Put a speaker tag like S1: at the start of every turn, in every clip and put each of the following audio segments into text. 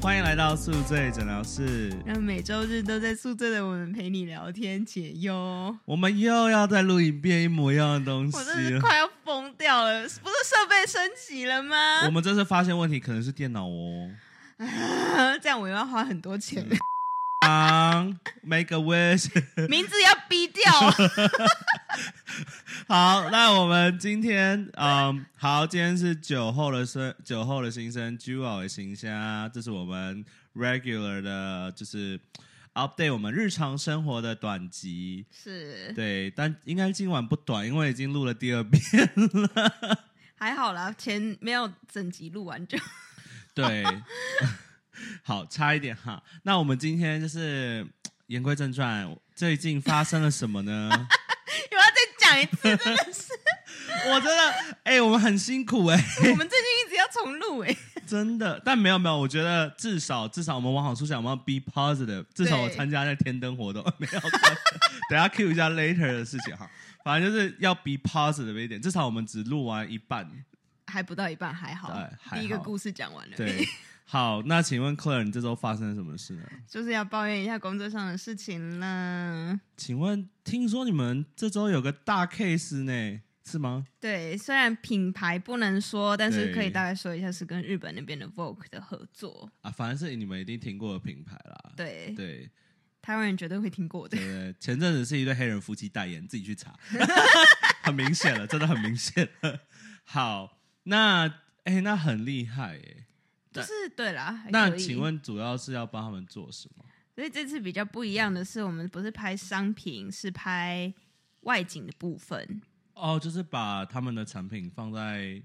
S1: 欢迎来到宿醉诊疗室，
S2: 让每周日都在宿醉的我们陪你聊天解忧。
S1: 我们又要再录一遍一模一样的东
S2: 我真
S1: 西
S2: 是
S1: 了。
S2: 快要疯掉了，不是设备升级了吗
S1: 我？们这次发现问题可能是电脑哦。
S2: 这样我又要花很多钱，
S1: 当 make a wish。
S2: 名字要逼掉。
S1: 好，那我们今天，嗯，好，今天是酒后的生，酒后的新生 j u o 的新虾，这是我们 regular 的，就是 update 我们日常生活的短集。
S2: 是，
S1: 对，但应该今晚不短，因为已经录了第二遍了。
S2: 还好啦，前没有整集录完就
S1: 对， 好，差一点哈。那我们今天就是言归正传，最近发生了什么呢？
S2: 又要再讲一次，真的是，
S1: 我真的，哎、我们很辛苦哎、
S2: 我们最近一直要重录哎、
S1: 真的。但没有没有，我觉得至少至少我们往好处想，我们要 be positive。至少我参加那天灯活动 没有，等一下 Q 一下 later 的事情哈。反正就是要 be positive 一点，至少我们只录完一半。
S2: 还不到一半，还好
S1: 对，哎还好
S2: 第一个故事讲完了，
S1: 对，好，那请问 Claire，你这周发生了什么事呢？
S2: 就是要抱怨一下工作上的事情啦。
S1: 请问，听说你们这周有个大 case 呢，是吗？
S2: 对，虽然品牌不能说，但是
S1: 对
S2: 可以大概说一下是跟日本那边的 Vogue 的合作。
S1: 啊，反正是你们一定听过的品牌啦。
S2: 对，
S1: 对
S2: 台湾人绝对会听过的
S1: 对。对，前阵子是一对黑人夫妻代言，自己去查，很明显了，真的很明显了。好，那哎、那很厉害哎。
S2: 就是对啦，还
S1: 那
S2: 可以
S1: 请，问主要是要帮他们做什么？
S2: 所以这次比较不一样的是，我们不是拍商品，是拍外景的部分。
S1: 哦，就是把他们的产品放在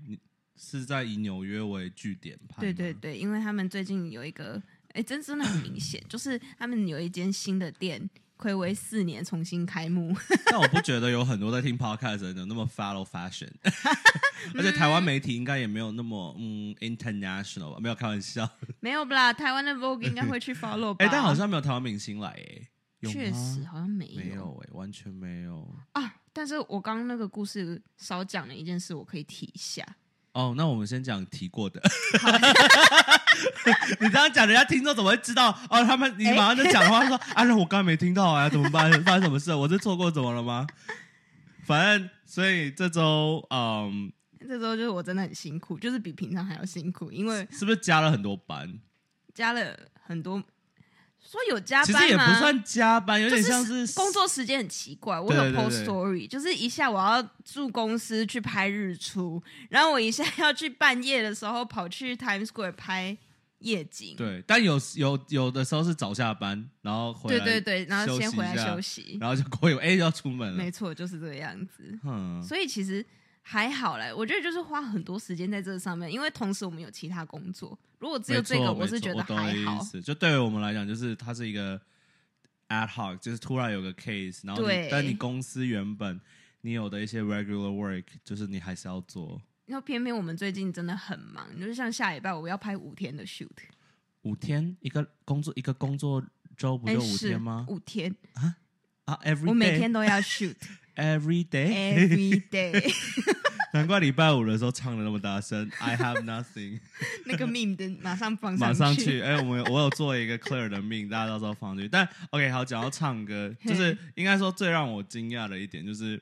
S1: 是在以纽约为据点拍吗。
S2: 对对对，因为他们最近有一个，哎，真真的很明显，就是他们有一间新的店，暌违四年重新开幕。
S1: 但我不觉得有很多在听 podcast 的人有那么 follow fashion，
S2: 嗯
S1: 而且台湾媒体应该也没有那么嗯 international 吧？没有开 玩笑，
S2: 没有啦，台湾的 Vogue 应该会去 follow 吧？
S1: 哎、但好像没有台湾明星来哎、有
S2: 啊
S1: 吗
S2: 确实好像没有
S1: 没有哎、完全没有。
S2: 啊。但是我刚刚那个故事少讲了一件事，我可以提一下。
S1: 哦，那我们先讲提过的。 你这样讲，人家听众怎么会知道？哦，他
S2: 哎
S1: 们你马上就讲 话说：“啊，那我刚才没听到啊，怎么办？发生什么事了？我是错过怎么了吗？”反正，所以这周，嗯，
S2: 这周就是我真的很辛苦，就是比平常还要辛苦，因为
S1: 是不是加了很多班？
S2: 加了很多，说有加
S1: 其
S2: 班吗？
S1: 实也不算加班，有
S2: 就
S1: 点像是
S2: 工作时间很奇怪，我有
S1: 对对
S2: post
S1: 对
S2: story，就是一下我要住公司去拍日出，然后我一下要去半夜的时候跑去 Times Square 拍夜景，
S1: 对，但有有有的时候是早下班，然后回
S2: 对
S1: 来
S2: 对对，然后先回来休息
S1: 息一下，，然后就过 有哎要出门了
S2: 没，错，就是这个样子。
S1: 嗯，
S2: 所以其实还好嘞，我觉得就是花很多时间在这上面，因为同时我们有其他工作，如果只有这
S1: 没
S2: 个，
S1: 错
S2: 我是觉得
S1: 没错我懂
S2: 还
S1: 你的意
S2: 好。
S1: 思就对于我们来讲，就是它是一个 ad hoc，就是突然有个 case，然后你
S2: 对
S1: 但你公司原本你有的一些 regular work，就是你还是要做
S2: 然后偏偏我们最近真的很忙，就是像下礼拜我要拍五天的 shoot，
S1: 五天一个工作一个工作周不
S2: 哎
S1: 就五
S2: 是
S1: 天吗？
S2: 五天，
S1: 啊，every
S2: 我每
S1: day，
S2: 天都要 shoot
S1: every day，
S2: every day。
S1: 难怪礼拜五的时候唱的那么大声，I have nothing。
S2: 那个 meme 的马上放
S1: 马上
S2: 去，
S1: 去，哎、我们我有做一个 Claire 的命，大家到时候放上去。但 OK，好，讲到唱歌，就是应该说最让我惊讶的一点就是，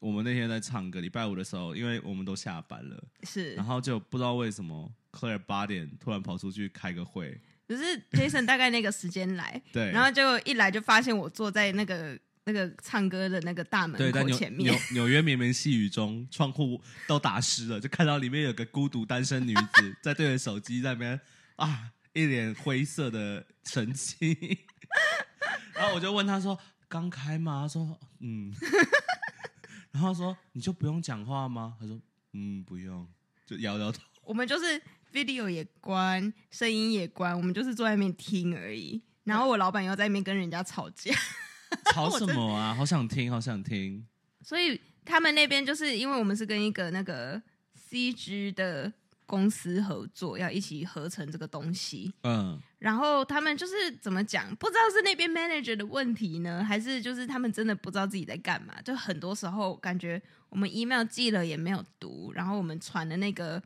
S1: 我们那天在唱歌，礼拜五的时候，因为我们都下班了，
S2: 是
S1: 然，后就不知道为什么 Claire 八点突然跑出去开个会，
S2: 就是 Jason 大概那个时间来，
S1: 对，
S2: 然后就一来就发现我坐在那个那个唱歌的那个大门
S1: 对，在
S2: 口
S1: 纽
S2: 前
S1: 纽
S2: 面，
S1: 纽约绵绵细雨中，窗户都打湿了，就看到里面有个孤独单身女 子在对着手机在那边啊，一脸灰色的神情。 然后我就问她说：“刚开吗？”她说：“嗯。” 然后说：“你就不用讲话吗？”她说：“嗯，不用。”就摇 摇头。
S2: 我们就是 video 也关，声音也关，我们就是坐在那边听而已。然后我老板又在那边跟人家吵架，
S1: 吵什么啊？好想听，好想听。
S2: 所以他们那边就是因为我们是跟一个那个 CG 的公司合作，要一起合成这个东西。
S1: 嗯，
S2: 然后他们就是怎么讲，不知道是那边 manager 的问题呢，还是就是他们真的不知道自己在干嘛。就很多时候感觉我们 email 寄了也没有读，然后我们传的那个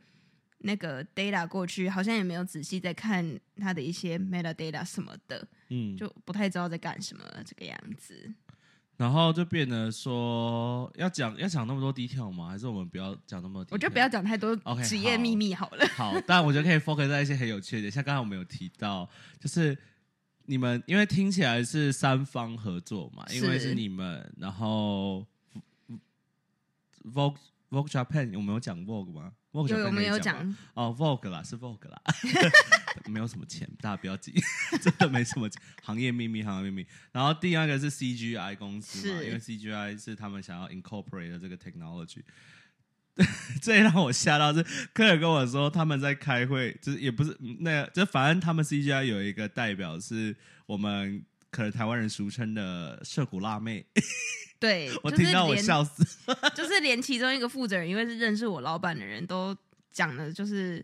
S2: 那个 data 过去，好像也没有仔细在看它的一些 metadata 什么的，
S1: 嗯，
S2: 就不太知道在干什么了这个样子。
S1: 然后就变得说要讲要讲那么多 detail 吗？还是我们不要讲那么多？
S2: 我就不要。讲太多
S1: OK，
S2: 职业
S1: 好
S2: 秘密好 了。
S1: 好，但我觉得可以 focus 在一些很有趣的点，像刚才我们有提到，就是你们因为听起来是三方合作嘛，因为
S2: 是
S1: 是你们，然后 Vogue Vogue Japan 我们有讲 Vogue 吗？Vogue
S2: 有
S1: Japan
S2: 我们
S1: 可以
S2: 有
S1: 讲吗
S2: 讲，
S1: 哦，Vogue 啦，是 Vogue 啦， 没有什么钱，大家不要急，真的没什么钱，行业秘密，行业秘密。然后第二个是 CGI 公司嘛，
S2: 是
S1: 因为 CGI 是他们想要 incorporate 的这个 technology。最让我吓到是，客人跟我说他们在开会，就是也不是嗯那，就反正他们 CGI 有一个代表是我们可能台湾人俗称的社谷辣妹，
S2: 对，
S1: 我
S2: 就是
S1: 听到我
S2: 连
S1: 笑死。
S2: 就是连其中一个负责人，因为是认识我老板的人都讲的，就是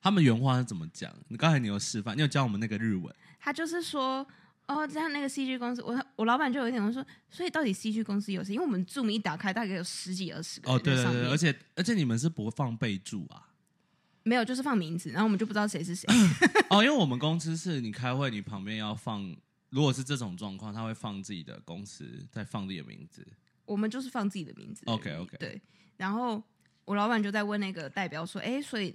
S1: 他们原话是怎么讲？你刚才你有示范，你有教我们那个日文。
S2: 他就是说，哦，这样那个 CG 公司，我我老板就有一点我说，所以到底 CG 公司有谁？因为我们 Zoom 一打开，大概有十几二十个
S1: 哦，
S2: 人
S1: 对
S2: 在
S1: 对
S2: 上面，
S1: 对，而且而且你们是不放备注啊？
S2: 没有就是放名字，然后我们就不知道谁是谁。
S1: 哦，因为我们公司是你开会，你旁边要放，如果是这种状况，他会放自己的公司，再放自己的名字。
S2: 我们就是放自己的名字而已。
S1: OK，OK
S2: 对。然后我老板就在问那个代表说：“哎，所以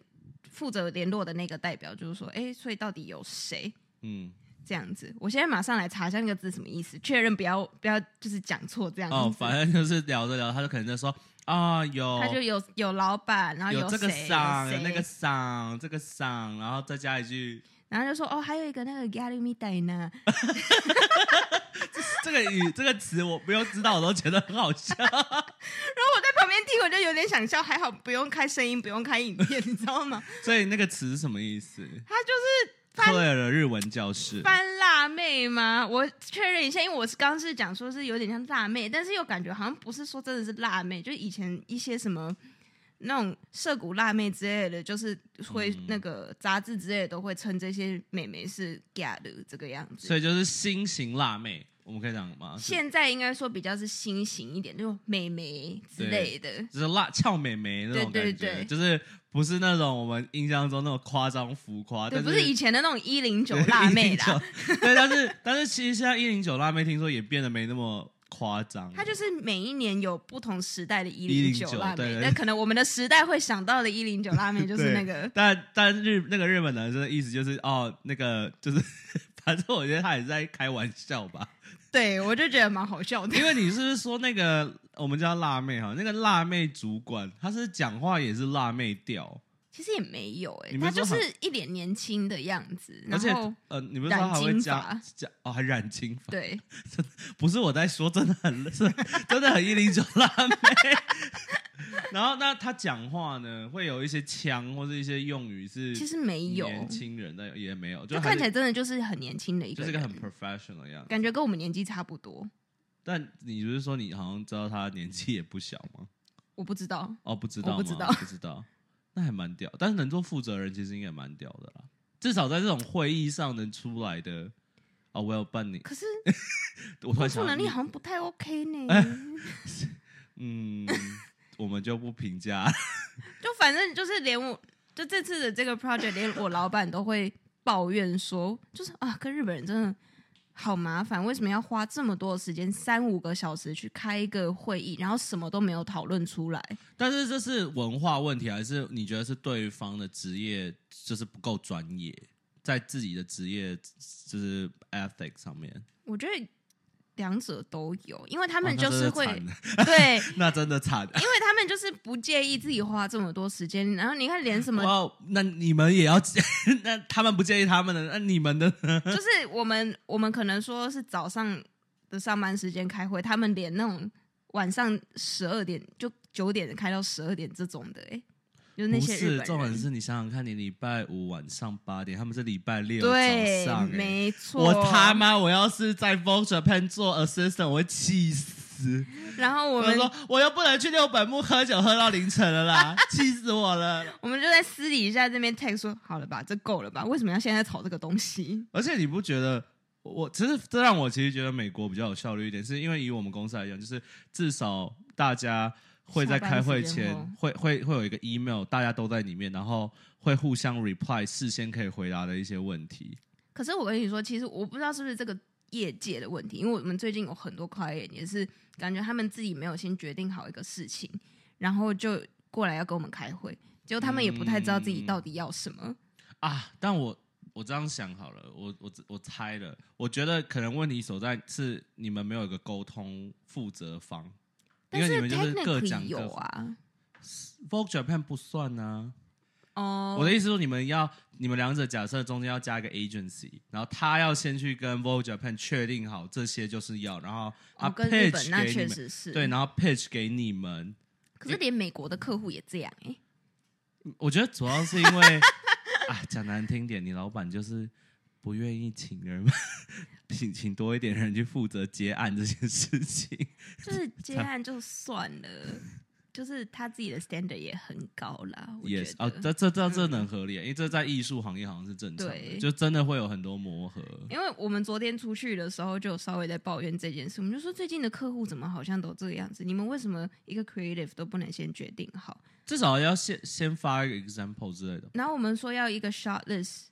S2: 负责联络的那个代表就是说，哎，所以到底有谁
S1: 嗯，
S2: 这样子？”我现在马上来查一下那个字什么意思，确认不要不要就是讲错这样子。
S1: 哦，反正就是聊着聊，他就可能在说啊，有
S2: 他就有有老板，然后
S1: 有这个
S2: 谁
S1: 赏，
S2: 有
S1: 有那个
S2: 谁
S1: 赏，这个赏，然后再加一句，
S2: 然后就说：“哦，还有一个那个 g a l i m i d a i n
S1: 这个语这个词我不用知道，我都觉得很好笑。
S2: 然后我在旁边听，我就有点想笑，还好不用开声音，不用开影片，你知道吗？
S1: 所以那个词是什么意思？
S2: 他就是翻
S1: 克莱尔的日文教室。
S2: 翻辣妹吗？我确认一下，因为我是刚刚是讲说是有点像辣妹，但是又感觉好像不是说真的是辣妹，就以前一些什么那种涉谷辣妹之类的，就是会
S1: 嗯
S2: 那个杂志之类的都会称这些美眉是 gay 的这个样子。
S1: 所以就是新型辣妹，我们可以讲吗？是
S2: 现在应该说比较是新型一点，就美眉之类的。
S1: 就是辣俏美眉那种感
S2: 对
S1: 觉，
S2: 对对
S1: 就是不是那种我们印象中那种夸张浮夸，
S2: 对，
S1: 啊但
S2: 不是以前的那种一零九辣妹啦，，
S1: 109对，但是但是其实现在一零九辣妹听说也变得没那么夸张，
S2: 它就是每一年有不同时代的一零九
S1: 109
S2: 辣
S1: 对
S2: 妹
S1: 对。
S2: 那可能我们的时代会想到的一零九辣妹就是那个
S1: 对但但日那个日本男生的意思就是哦，那个就是 反正我觉得他也是在开玩笑吧，
S2: 对，我就觉得蛮好笑的。
S1: 因为你是不是说那个我们叫辣妹哈，那个辣妹主管她是讲话也是辣妹调，
S2: 其实也没有哎、
S1: 你
S2: 他
S1: 们
S2: 就
S1: 说好
S2: 是一脸年轻的样子，
S1: 而
S2: 然
S1: 且
S2: 后
S1: 呃你们说她还
S2: 染
S1: 会
S2: 金
S1: 加
S2: 发
S1: 加哦还染金发。
S2: 对，
S1: 不是我在说，真的很 是真的很一零九辣妹。 然后那他讲话呢，会有一些腔或是一些用语是，
S2: 其实没有，
S1: 年轻人的也没有，
S2: 就
S1: 还
S2: 看
S1: 是
S2: 起来真的就是很年轻的一
S1: 就
S2: 个
S1: 是
S2: 人，
S1: 个很 professional 的样子。
S2: 感觉跟我们年纪差不多。
S1: 但你不是说你好像知道他年纪也不小吗？
S2: 我不知道，
S1: 哦，不知道吗，
S2: 我不知道
S1: 不知道，那还蛮屌。但是能做负责人其实应该蛮屌的啦，至少在这种会议上能出来的。哦，我有办你，
S2: 可 是
S1: 我突
S2: 工
S1: 然想
S2: 作
S1: 到
S2: 能力
S1: 你
S2: 好像不太 OK 呢。
S1: 嗯，我们就不评价。
S2: 就反正就是连我，就这次的这个 project，连我老板都会抱怨说，就是啊，跟日本人真的好麻烦，为什么要花这么多的时间，三五个小时去开一个会议，然后什么都没有讨论出来？
S1: 但是这是文化问题，还是你觉得是对方的职业就是不够专业，在自己的职业就是 ethic 上面，哦
S2: 我觉得两者都有，因为他
S1: 他
S2: 们就是会、对，
S1: 那真的惨。
S2: 因为他们就是不介意自己花这么多时间。然后你看，连什么
S1: 哇，那你们也要， 那他们不介意他们的，那你们的呢
S2: 就是我们我们可能说是早上的上班时间开会，他们连那种晚上十二点就九点开到十二点这种的、欸，就是那
S1: 不
S2: 些日
S1: 是，
S2: 本
S1: 重点
S2: 人。
S1: 是你想想看，你礼拜五晚上八点，他们是礼拜六早
S2: 对
S1: 上、，欸，
S2: 没错。
S1: 我他！妈，我要是在 v o g u e Japan 做 assistant，我会气死。
S2: 然后我
S1: 我
S2: 们
S1: 说我又不能去六本木喝酒喝到凌晨了啦， 气死我了。
S2: 我们就在私底下这边 text 说，好了吧，这够了吧？为什么要现在吵这个东西？
S1: 而且你不觉得我其实这让我其实觉得美国比较有效率一点，是因为以我们公司来讲，就是至少大家会在开会
S2: 下
S1: 前
S2: 班时间
S1: 会会会有一个 email，大家都在里面，然后会互相 reply 事先可以回答的一些问题。
S2: 可是我跟你说，其实我不知道是不是这个业界的问题，因为我们最近有很多 client 也是感觉他们自己没有先决定好一个事情，然后就过来要跟我们开会，结果他们也不太知道自己到底要什么。
S1: 啊，但我我这样想好了，我我我猜了，我觉得可能问题所在是你们没有一个沟通负责方，嗯因
S2: 但
S1: 为
S2: 是
S1: 你们就是各
S2: technically
S1: 讲各
S2: 有啊，
S1: Vogue Japan 不算啊。
S2: 哦、
S1: 我的意思说，你们要你们两者假设中间要加一个 agency，然后他要先去跟 Vogue Japan 确定好这些就是要，然后他
S2: 哦，跟日
S1: pitch
S2: 本那
S1: 给啊你
S2: 确
S1: 们，
S2: 实是
S1: 对，。然后 pitch 给你们。
S2: 可是连美国的客户也这样哎、
S1: 我觉得主要是因 为啊，讲难听点，你老板就是不愿意请人，请请多一点人去负责接案这件事情。
S2: 就是接案就算了，就是他自己的 standard 也很高啦。 我觉
S1: yes，
S2: 得嗯
S1: 哦，这这这这能合理，因为这在艺术行业好像是正常的，
S2: 对
S1: 就真的会有很多磨合。
S2: 因为我们昨天出去的时候，就有稍微在抱怨这件事，我们就说最近的客户怎么好像都这个样子？你们为什么一个 creative 都不能先决定好？
S1: 至少要先先发一个 example 之类的。
S2: 然后我们说要一个 short list，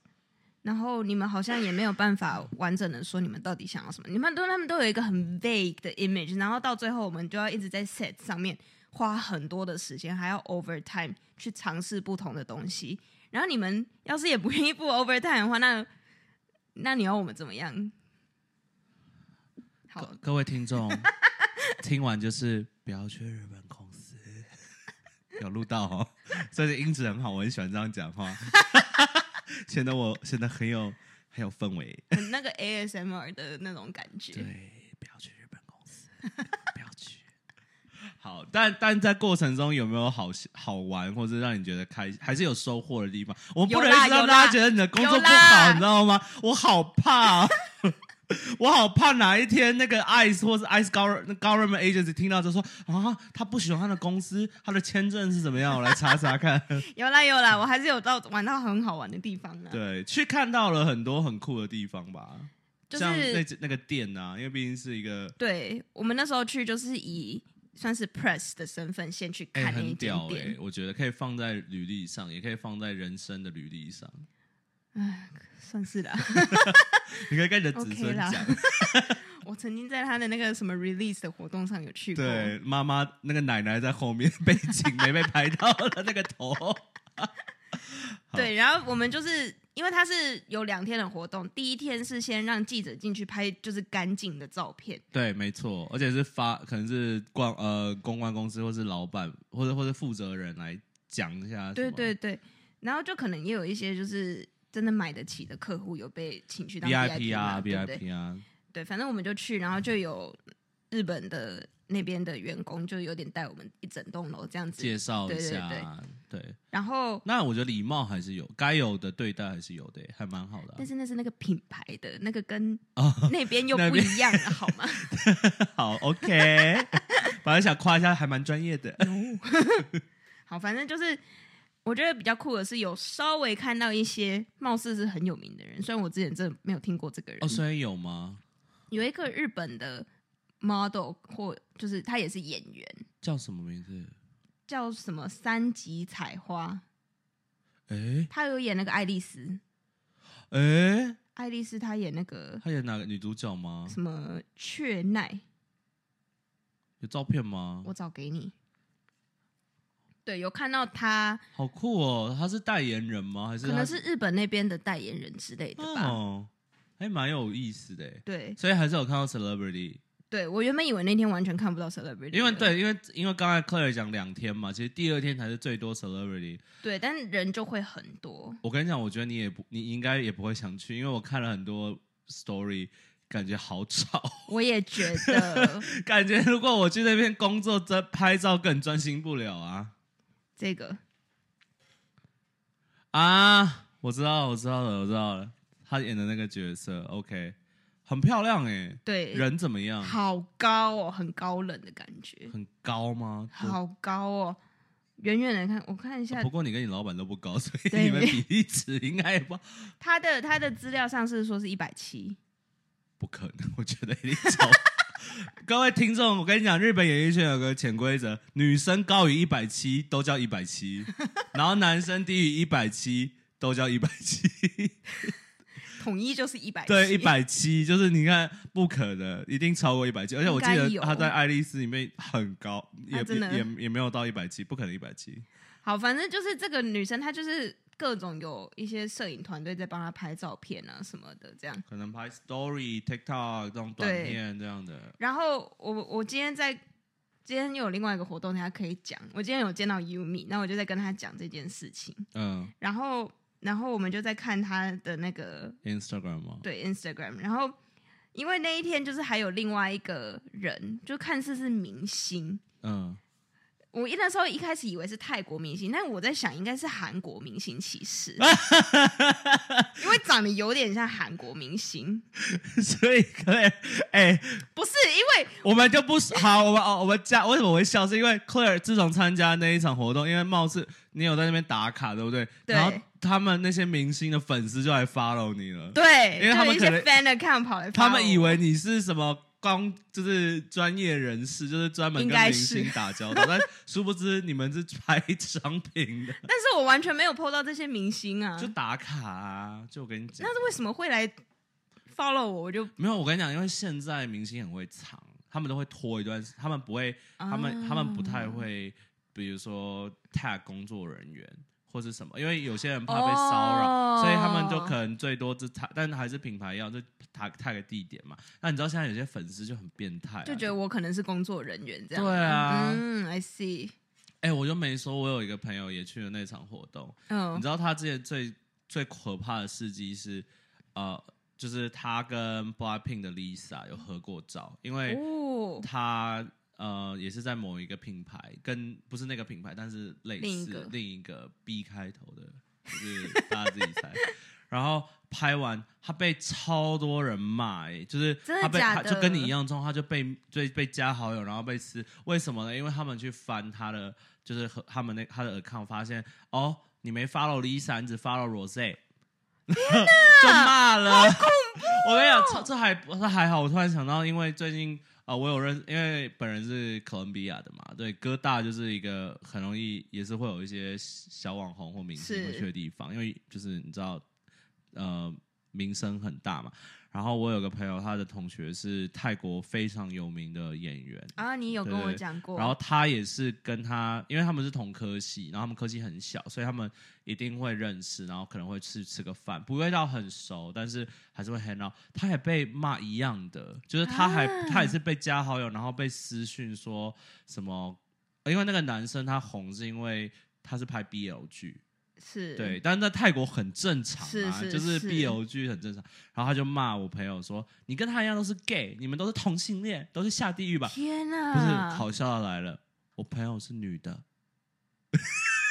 S2: 然后你们好像也没有办法完整的说你们到底想要什么。你们都他们都有一个很 vague 的 image，然后到最后我们就要一直在 set 上面花很多的时间，还要 overtime 去尝试不同的东西。然后你们要是也不愿意付 overtime 的话，那那你要我们怎么样？好，
S1: 各位听众， 听完就是不要去日本公司， 有录到哦，所以音质很好，我很喜欢这样讲话， 显得我显得很有很有氛围。
S2: 很那个 ASMR 的那种感觉。
S1: 对，不要去日本公 司，不要去。好，但但在过程中有没有好好玩，或者让你觉得开心，还是有收获的地 方？我们不能
S2: 有啦
S1: 一直让
S2: 有
S1: 大
S2: 啦
S1: 家觉得你的工作
S2: 有
S1: 不
S2: 啦
S1: 好，你知道吗？我好怕、哦 我好怕哪一天那个 ICE 或是 ICE government government agency 听到就说啊，他不喜欢他的公司，他的签证是怎么样？我来查查 看。
S2: 有啦有啦，我还是有到玩到很好玩的地方呢。啊
S1: 对，去看到了很多很酷的地方吧，
S2: 就是
S1: 像那那个店啊，因为毕竟是一个
S2: 对我们那时候去就是以算是 press 的身份先去
S1: 哎、
S2: 看那一
S1: 很
S2: 间
S1: 屌哎、
S2: 店，
S1: 我觉得可以放在履历上，也可以放在人生的履历上。
S2: 算是 啦。
S1: 你可以跟你的子
S2: OK
S1: 孙
S2: 啦
S1: 讲，
S2: 我曾经在他的那个什么 release 的活动上有去过，
S1: 对，妈妈那个奶奶在后面背景没被拍到的那个头， 好
S2: 对，然后我们就是因为它是有两天的活动，第一天是先让记者进去拍就是干净的照片，
S1: 对，没错，而且是发，可能是逛呃公关公司或是老板或者或者负责人来讲一下，
S2: 对对，对，然后就可能也有一些就是真的买得起的客户有被请去当
S1: VIP
S2: 嘛
S1: 啊
S2: 对不对？
S1: VIP 啊，
S2: 对，反正我们就去，然后就有日本的那边的员工就有点带我们一整栋楼这样子
S1: 介绍一
S2: 对对
S1: 下，对，
S2: 然后，
S1: 那我觉得礼貌还是有，该有的对待还是有的、还蛮好的啊、
S2: 但是那是那个品牌的那个跟
S1: 哦
S2: 那边又
S1: 那
S2: 不
S1: 边
S2: 一样了，好吗
S1: 好，OK，本来想夸一下，还蛮专业的。
S2: ？No，好，反正就是我觉得比较酷的是有稍微看到一些貌似是很有名的人，虽然我之前真的没有听过这个人。
S1: 哦，所以有吗？
S2: 有一个日本的 model 或就是他也是演员，
S1: 叫什么名字？
S2: 叫什么三级采花，
S1: 哎
S2: 他有演那个爱丽丝，
S1: 哎，
S2: 爱丽丝她演那个
S1: 她演哪个女主角吗？
S2: 什么雀奈，
S1: 有照片吗？
S2: 我找给你。对，有看到他，
S1: 好酷哦！她是代言人吗？还是
S2: 可
S1: 她
S2: 能是日本那边的代言人之类的吧。
S1: 哦，还蛮有意思的耶。
S2: 对，
S1: 所以还是有看到 celebrity，
S2: 对我原本以为那天完全看不到 celebrity，
S1: 因为
S2: 了
S1: 对，因为因为刚才 Claire 讲两天嘛，其实第二天才是最多 celebrity。
S2: 对，但人就会很多。
S1: 我跟你讲，我觉得你也不，你应该也不会想去，因为我看了很多 story，感觉好吵。
S2: 我也觉得
S1: 感觉如果我去那边工作，这拍照更专心不了啊
S2: 这个
S1: 啊！我知道，我知道了，我知道了，他演的那个角色，OK，很漂亮哎、
S2: 对
S1: 人怎么样？
S2: 好高哦，很高冷的感觉，
S1: 很高吗？啊
S2: 好高哦。远远的看，我看一下
S1: 不过你跟你老板都不高，所以
S2: 对
S1: 你们比例尺应该也不
S2: 他的他的资料上是说是一百七，
S1: 不可能，我觉得一定超。 各位听众，我跟你讲，日本演艺圈有个潜规则：女生高于一百七都叫一百七， 然后男生低于一百七都叫一百七。
S2: 统一就是一百，
S1: 对，一百七就是你看不可能，一定超过一百七。而且我记
S2: 应
S1: 得
S2: 该有
S1: 他在《爱丽丝》里面很高，也
S2: 啊真的
S1: 也也也没有到一百七，不可能一百七。
S2: 好，反正就是这个女生，她就是各种有一些摄影团队在帮她拍照片啊什么的，这样。
S1: 可能拍 story、TikTok 这种短
S2: 对
S1: 片这样的。
S2: 然后我我今天在今天有另外一个活动，她可以讲。我今天有见到 Yumi，那我就在跟她讲这件事情。
S1: 嗯
S2: 然后然后我们就在看她的那个
S1: ，Instagram 啊吗？
S2: 对 Instagram，然后因为那一天就是还有另外一个人，就看似是明星。
S1: 嗯，
S2: 我一那时候一开始以为是泰国明星，但我在想应该是韩国明星，其实 因为长得有点像韩国明星，
S1: 所以可能，哎、
S2: 不是因为
S1: 我们就不好，我们哦，我们加为什么我会笑？是因为 Claire 自从参加那一场活动，因为貌似你有在那边打卡，对不对？
S2: 对
S1: 然后他们那些明星的粉丝就来 follow 你了，
S2: 对，
S1: 因为他们
S2: 就
S1: 可
S2: 有
S1: 能
S2: 一些 fan account 跑来发我，
S1: 他们以为你是什么刚就是专业人士，就是专门
S2: 应
S1: 跟
S2: 该
S1: 明
S2: 是
S1: 星打交道，但殊不知你们是拍商品的，
S2: 但是我完全没有 PO 到这些明星 啊，
S1: 就打卡啊！就我跟你讲
S2: 那，是为什么会来 follow 我？我就
S1: 没有，我跟你讲，因为现在明星很会藏，他们都会拖一段时，他们不会。
S2: 啊
S1: 他们、他们不太会，比如说 tag 工作人员或是什么，因为有些人怕被骚扰，
S2: 哦
S1: 所以他们就可能最多就 tag，但还是品牌要就 tag tag 地点嘛。那你知道现在有些粉丝就很变态啊、
S2: 就觉得我可能是工作人员这样，
S1: 对啊
S2: 嗯，I see，
S1: 哎、我就没说，我有一个朋友也去了那场活动，
S2: 嗯
S1: 你知道他之前最最可怕的事迹是，呃，就是他跟 Blackpink 的 Lisa 有合过照，因为。
S2: 哦，
S1: 他呃也是在某一个品牌，跟不是那个品牌，但是类似
S2: 另一个
S1: B 开头的，就是大家自己猜。然后拍完，他被超多人骂、欸，就是
S2: 真的
S1: 他被
S2: 假
S1: 他
S2: 的
S1: 就跟你一样重，他就被被被加好友，然后被撕，为什么呢？因为他们去翻他的，就是和他们那他的 account，发现哦，你没 follow Lisa，你只 follow Rose，就骂了，我跟你讲，这这还这还好，我突然想到，因为最近啊、呃我有认，因为本人是哥伦比亚的嘛，对，哥大就是一个很容易也是会有一些小网红或明星
S2: 是
S1: 会去的地方，因为就是你知道，呃，名声很大嘛。然后我有个朋友，他的同学是泰国非常有名的演员，
S2: 啊，你有跟我
S1: 对
S2: 讲过，
S1: 然后他也是跟他，因为他们是同科系，然后他们科系很小，所以他们一定会认识，然后可能会吃吃个饭，不会到很熟，但是还是会 hang out。他也被骂一样的，就是他还、
S2: 啊
S1: 他也是被加好友，然后被私讯说什么，呃因为那个男生他红是因为他是拍 BL 剧，
S2: 是
S1: 对，但是在泰国很正常啊，
S2: 是是
S1: 就是 BL 剧很正常。然后他就骂我朋友说：“你跟他一样都是 gay，你们都是同性恋，都是下地狱吧。”
S2: 天啊哪、
S1: 不是，好笑的来了，我朋友是女的。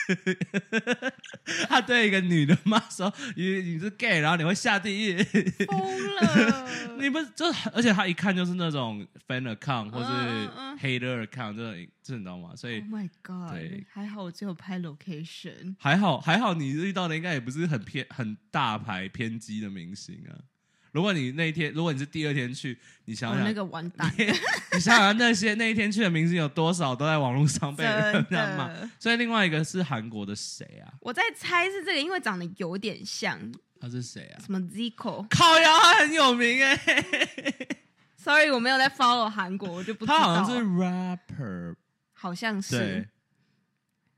S1: 他对一个女的骂说：“你你是 gay，然后你会下地狱。
S2: 疯了
S1: 你不是就而且他一看就是那种 fan account 或
S2: 嗯嗯嗯
S1: 是 hater account 这种，这你知道吗？所以
S2: ！Oh my god！
S1: 对
S2: 还好我只有拍 location，
S1: 还好还好，你遇到的应该也不是很偏很大牌偏激的明星啊。如果你那一天，如果你是第二天去，你
S2: 我、
S1: 想想、
S2: 哦那个完蛋，
S1: 你想想那些那一天去的明星有多少都在网络上被人
S2: 真
S1: 家骂。
S2: 的。
S1: 所以另外一个是韩国的谁啊？
S2: 我在猜是这个，因为长得有点像
S1: 他是谁啊？
S2: 什么 Zico。
S1: 靠呀，他很有名哎、
S2: Sorry，我没有在 follow 韩国，我就不知道。
S1: 他好像是 rapper，
S2: 好像
S1: 对嗯
S2: 是，。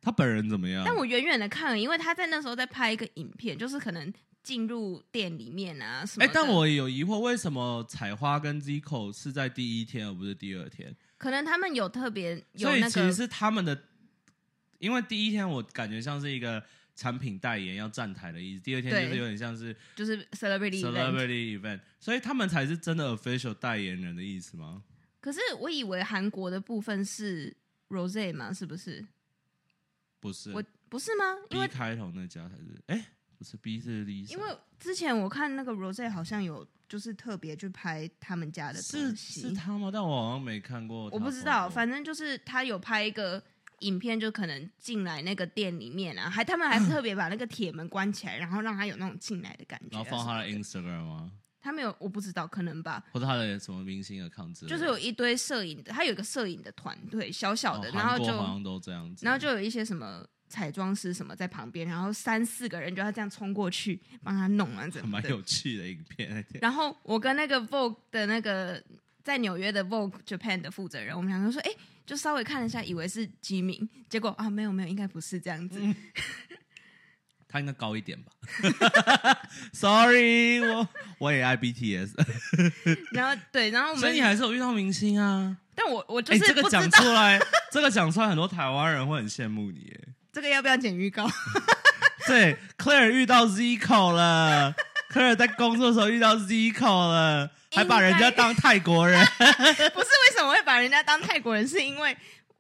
S1: 他本人怎么样？
S2: 但我远远的看了，因为他在那时候在拍一个影片，就是可能进入店里面啊什么
S1: 哎、
S2: 的。
S1: 但我有疑惑，为什么采花跟 Zico 是在第一天而不是第二天？
S2: 可能他们有特别有
S1: 所以
S2: 那
S1: 其实
S2: 个
S1: 是他们的，因为第一天我感觉像是一个产品代言要站台的意思，第二天
S2: 对
S1: 就是有点像是
S2: 就是 celebrity event。
S1: celebrity event，所以他们才是真的 official 代言人的意思吗？
S2: 可是我以为韩国的部分是 Rose 嘛，是不是？
S1: 不是
S2: 我不是吗？因
S1: B
S2: 为
S1: 开头那家才是，哎、不是 B 是 Lisa，
S2: 因为之前我看那个 Rose 好像有就是特别去拍他们家的
S1: 是
S2: 东
S1: 是
S2: 西，
S1: 他吗？但我好像没看过他
S2: 我
S1: 活动，
S2: 不知道，反正就是他有拍一个影片，就可能进来那个店里面啊，还他们还特别把那个铁门关起来，然后让他有那种进来的感觉
S1: 然
S2: 啊
S1: 后
S2: 什么的。
S1: 放他的 Instagram 吗？
S2: 他没有，我不知道，可能吧。
S1: 或者他的什么明星的抗之类
S2: 就
S1: 的，
S2: 是有一堆摄影的，他有一个摄影的团队，小小的，
S1: 哦
S2: 然后
S1: 韩国
S2: 就
S1: 好像都这样子，
S2: 然后就有一些什么彩妆师什么在旁边，然后三四个人就要这样冲过去帮他弄啊，怎么
S1: 蛮
S2: 的。
S1: 有趣的影 片。
S2: 然后我跟那个 Vogue 的那个在纽约的 Vogue Japan 的负责人，我们两个说，哎、就稍微看了一下，以为是吉明，结果啊，没有没有，应该不是这样子。
S1: 嗯他应该高一点吧 ？Sorry，我我也爱 BTS，
S2: 然后对，然后我
S1: 所
S2: 们
S1: 以你，还是有遇到明星啊。
S2: 但我我就
S1: 哎、
S2: 是
S1: 这
S2: 不
S1: 个
S2: 知道、
S1: 讲出来，这个讲出来，很多台湾人会很羡慕你耶。
S2: 这个要不要剪预告？
S1: 对，Claire 遇到 Zico 了，Claire 在工作的时候遇到 Zico 了，还把人家当泰 国人。
S2: 不是为什么会把人家当泰国人，是因为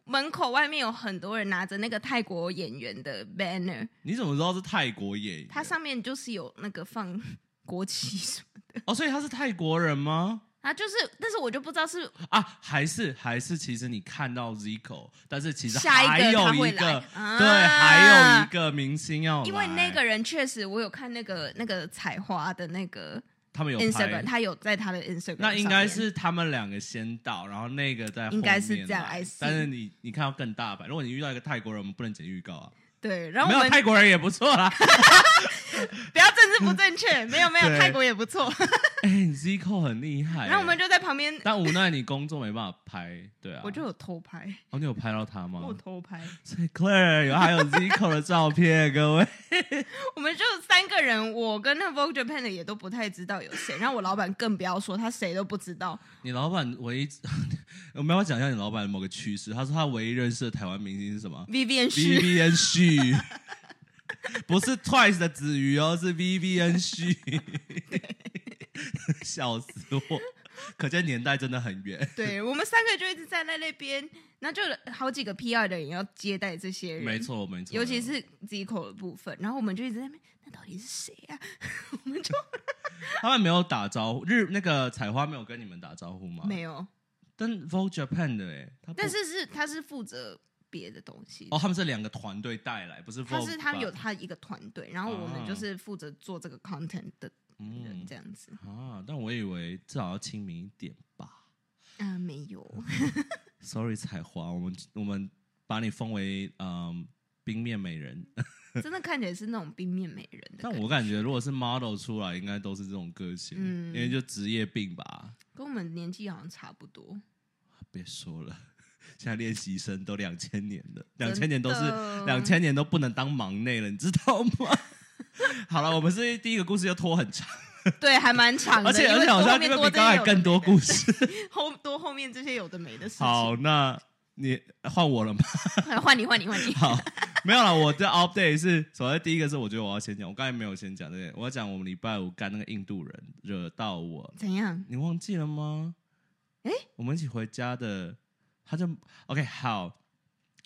S2: 门口外面有很多人拿着那个泰国演员的 banner，
S1: 你怎么知道是泰国演员？
S2: 它上面就是有那个放国旗什么，
S1: 哦，所以他是泰国人吗？
S2: 啊，就是，但是我就不知道是
S1: 啊，还是还是，其实你看到 Zico，但是其实
S2: 下
S1: 还
S2: 一个
S1: 有
S2: 他
S1: 一
S2: 会
S1: 个
S2: 来，啊
S1: 对，还有一个明星要来，
S2: 因为那个人确实，我有看那个那个采花的那个
S1: 他们有
S2: Instagram，
S1: 拍，
S2: 他有在他的 Instagram，
S1: 那应该
S2: 上面
S1: 是他们两个先到，然后那个在后面
S2: 应该是这样
S1: 来
S2: I see
S1: 但是你你看到更大版，如果你遇到一个泰国人，我们不能剪预告啊，
S2: 对，然后
S1: 没
S2: 我
S1: 有
S2: 们
S1: 泰国人也不错啦。
S2: 不要政治不正确，
S1: 嗯
S2: 没有没有，
S1: 对
S2: 泰国也不错，
S1: 哎、你 Zico 很厉害、欸
S2: 然后我们就在旁边，
S1: 但无奈你工作没办法拍，对啊，
S2: 我就有偷拍，
S1: 哦，你有拍到他
S2: 我
S1: 吗
S2: 有？偷拍，
S1: 所以 Claire 有还有 Zico 的照片，各位。
S2: 我们就三个人，我跟那个 Vogue Japan 的也都不太知道有谁，然后我老板更不要说，他谁都不知道，
S1: 你老板唯一， 我们要不要讲一下你老板的某个趋势。他说他唯一认识的台湾明星是什么
S2: Vivian 是
S1: ？Vivian 旭，不是 Twice 的子瑜哦，是 Vivian 旭。 笑死我！可见年代真的很远。
S2: 对我们三个就一直站在那边，那就有好几个 PR 的人要接待这些人，
S1: 没，错，没错。
S2: 尤其是 Zico 的部分，然后我们就一直在那边，那到底是谁啊？ 我们就
S1: 他们没有打招呼，日那个采花没有跟你们打招呼吗？
S2: 没。有，
S1: 但 Vogue Japan 的哎、他不
S2: 但是是他是负责别的东西，
S1: 哦，他们是两个团队带来，不是 Vogue
S2: 他
S1: 吧。
S2: 是他有他一个团队，然后我们就是负责做这个 content 的人
S1: 嗯
S2: 这样子。
S1: 啊，但我以为至少要亲民一点吧。
S2: 啊、没 有，
S1: Sorry，彩华，我们我们把你封为嗯冰面美人，
S2: 真的看起来是那种冰面美人的
S1: 但
S2: 感觉，
S1: 我感觉如果是 model 出来，应该都是这种个性，
S2: 嗯
S1: 因为就职业病吧。
S2: 跟我们年纪好像差不多。
S1: 别说了， 现在练习生都两千年的，两千
S2: 真
S1: 年都是
S2: 的
S1: 两千年都不能当忙内了，你知道吗？ 好了，我们是第一个故事又拖很长，
S2: 对，还蛮长的，
S1: 而且
S2: 因为
S1: 而且好像
S2: 后
S1: 这
S2: 面
S1: 个
S2: 多这
S1: 比
S2: 些
S1: 刚才
S2: 有的
S1: 更多
S2: 没的
S1: 故事。
S2: 后多后面这些有的没的事情。
S1: 好，那你换我了吗？
S2: 换你，换你，换你。
S1: 好，没有了。我的 update 是，首先第一个是，我觉得我要先讲，我刚才没有先讲这个，我要讲我们礼拜五干那个印度人惹到我，
S2: 怎样？
S1: 你忘记了吗？
S2: 诶
S1: 我们一起回家的，他就 OK 好，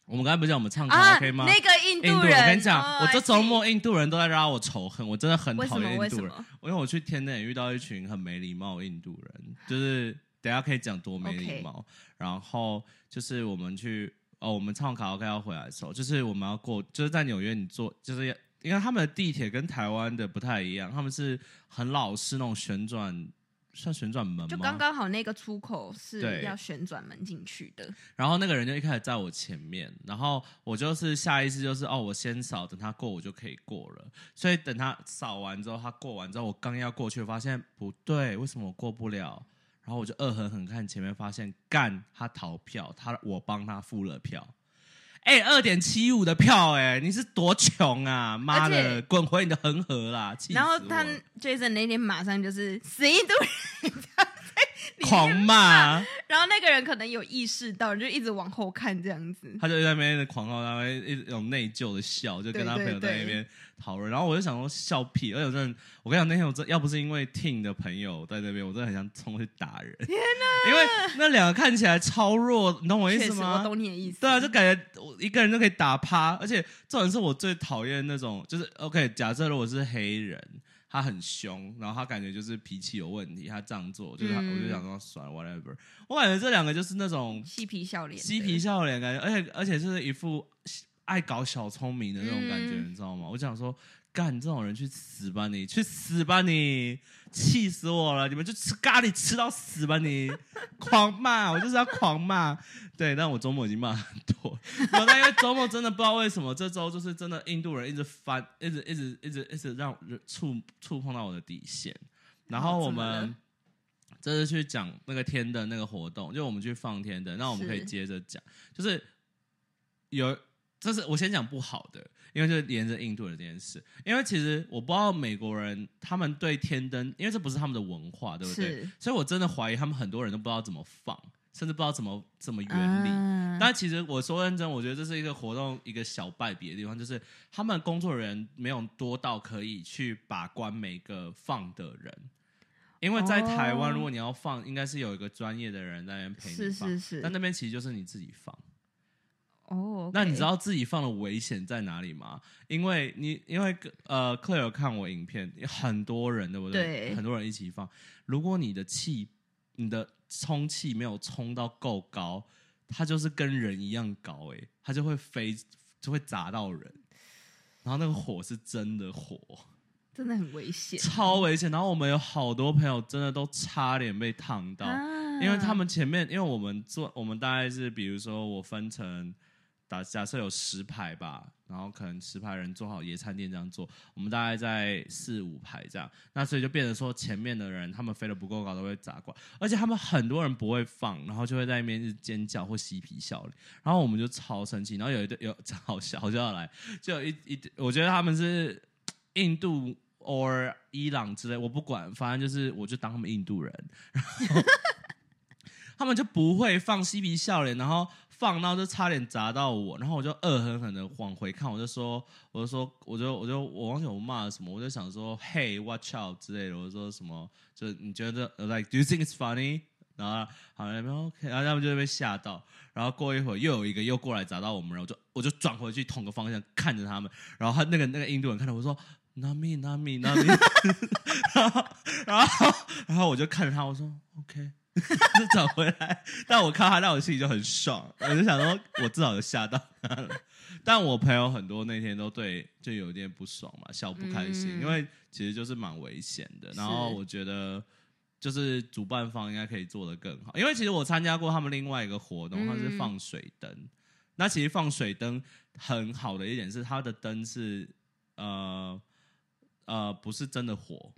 S1: 我们刚才不是讲我们唱卡
S2: 啊
S1: 拉 OK 吗？
S2: 那个印
S1: 印度，
S2: 度
S1: 我
S2: 人，
S1: 跟你讲，
S2: 哦
S1: 我这
S2: I
S1: 周
S2: see
S1: 末印度人都在拉我仇恨，我真的很
S2: 为什
S1: 讨厌
S2: 么？
S1: 印
S2: 为
S1: 度
S2: 什
S1: 人。
S2: 么？
S1: 因为我去天内遇到一群很没礼貌的印度人，就是等一下可以讲多没礼貌。然后就是我们去哦，我们唱完卡拉 OK 要回来的时候，就是我们要过，就是在纽约你坐，就是要因为他们的地铁跟台湾的不太一样，他们是很老式那种旋转，算旋转门吗？
S2: 就刚刚好那个出口是
S1: 对
S2: 要旋转门进去的，
S1: 然后那个人就一开始在我前面，然后我就是下意识就是哦，我先扫，等他过我就可以过了。所以等他扫完之后，他过完之后，我刚要过去，发现不对，为什么我过不了？然后我就恶狠狠看前面，发现干他逃票，他我帮他付了票。哎、2二点七五的票、哎，你是多穷啊！妈
S2: 而
S1: 的，
S2: 且
S1: 滚回你的恒河啦！气死
S2: 然后他
S1: 我了
S2: Jason 那天马上就是死印度人，
S1: 狂骂，
S2: 然后那个人可能有意识到，就一直往后看这样子。
S1: 他就在那边的狂傲，他一直有内疚的笑，就跟他朋友在那边讨论。然后我就想说笑屁，而且我真的，我跟你讲，那天我真要不是因为 Ting 的朋友在那边，我真的很想冲过去打人。天哪！因为那两个看起来超弱，你懂我意
S2: 确
S1: 思
S2: 实，我
S1: 吗？
S2: 懂你的意思。
S1: 对啊，就感觉我一个人就可以打趴，而且这种是我最讨厌那种，就是 OK，假设如果是黑人，他很凶，然后他感觉就是脾气有问题，他这样做，就是他、
S2: 嗯
S1: 我就想说算了，whatever。我感觉这两个就是那种
S2: 嬉皮笑脸的，
S1: 嬉皮笑脸，感觉，而且而且就是一副爱搞小聪明的那种感觉，
S2: 嗯
S1: 你知道吗？我想说，干这种人去死吧你，去死吧你，气死我了！你们就吃咖喱吃到死吧你， 狂骂，我就是要狂骂。对，但我周末已经骂很多，没有，但因为周末真的不知道为什么，这周就是真的印度人一直翻，一直一直一直一直让触触碰到我的底线。然后我
S2: 然后哦怎么
S1: 们
S2: 了
S1: 这次去讲那个天灯那个活动，就我们去放天灯，那我们可以
S2: 是
S1: 接着讲，就是有，这是我先讲不好的，因为就是连着印度人这件事，因为其实我不知道美国人他们对天灯，因为这不是他们的文化，对不对
S2: 是？
S1: 所以我真的怀疑他们很多人都不知道怎么放，甚至不知道怎么怎么原理。
S2: 啊
S1: 但其实我说认真，我觉得这是一个活动一个小败笔的地方，就是他们工作人员没有多到可以去把关每个放的人，因为在台湾，
S2: 哦
S1: 如果你要放，应该是有一个专业的人在那边陪你
S2: 是
S1: 放，
S2: 是是
S1: 但那边其实就是你自己放。
S2: 哦，OK，
S1: 那你知道自己放的危险在哪里吗？因为你因为呃，Claire 有看我影片，很多人对不
S2: 对
S1: 很多人一起放。如果你的气，你的充气没有充到够高，它就是跟人一样高、欸，它就会飞，就会砸到人。然后那个火是真的火，
S2: 真的很危险
S1: 超危险。然后我们有好多朋友真的都差点被烫到，
S2: 啊
S1: 因为他们前面，因为我们做，我们大概是比如说我分成打假设有十排吧，然后可能十排人做好野餐垫这样做，我们大概在四五排这样，那所以就变成说前面的人他们飞得不够高都会砸过来，而且他们很多人不会放，然后就会在那边一直尖叫或嬉皮笑脸，然后我们就超生气，然后有一对有 好笑好笑的来，就有一一对，我觉得他们是印度 or 伊朗之类，我不管，反正就是我就当他们印度人，然后他们就不会放嬉皮笑脸，然后放到就差点砸到我，然后我就恶狠狠的往回看，我就说，我就说，我就我就我忘记我骂了什么，我就想说，Hey watch out 之类的，我就说什么，就是你觉得 like do you think it's funny？然后好像 OK，然后他们就被吓到，然后过一会儿又有一个又过来砸到我们，然后我就我就转回去同个方向看着他们，然后他那个那个印度人看到我说 Nami Nami Nami，然 后然后然后我就看着他，我说 OK，就 转回来。但我看他，但我心里就很爽，我就想说，我至少有吓到他了。但我朋友很多那天都对就有点不爽嘛，小不开心，
S2: 嗯
S1: 因为其实就是蛮危险的。然后
S2: 是
S1: 我觉得。就是主办方应该可以做得更好，因为其实我参加过他们另外一个活动，它是
S2: 嗯
S1: 放水灯。那其实放水灯很好的一点是，它的灯是呃呃不是真的火，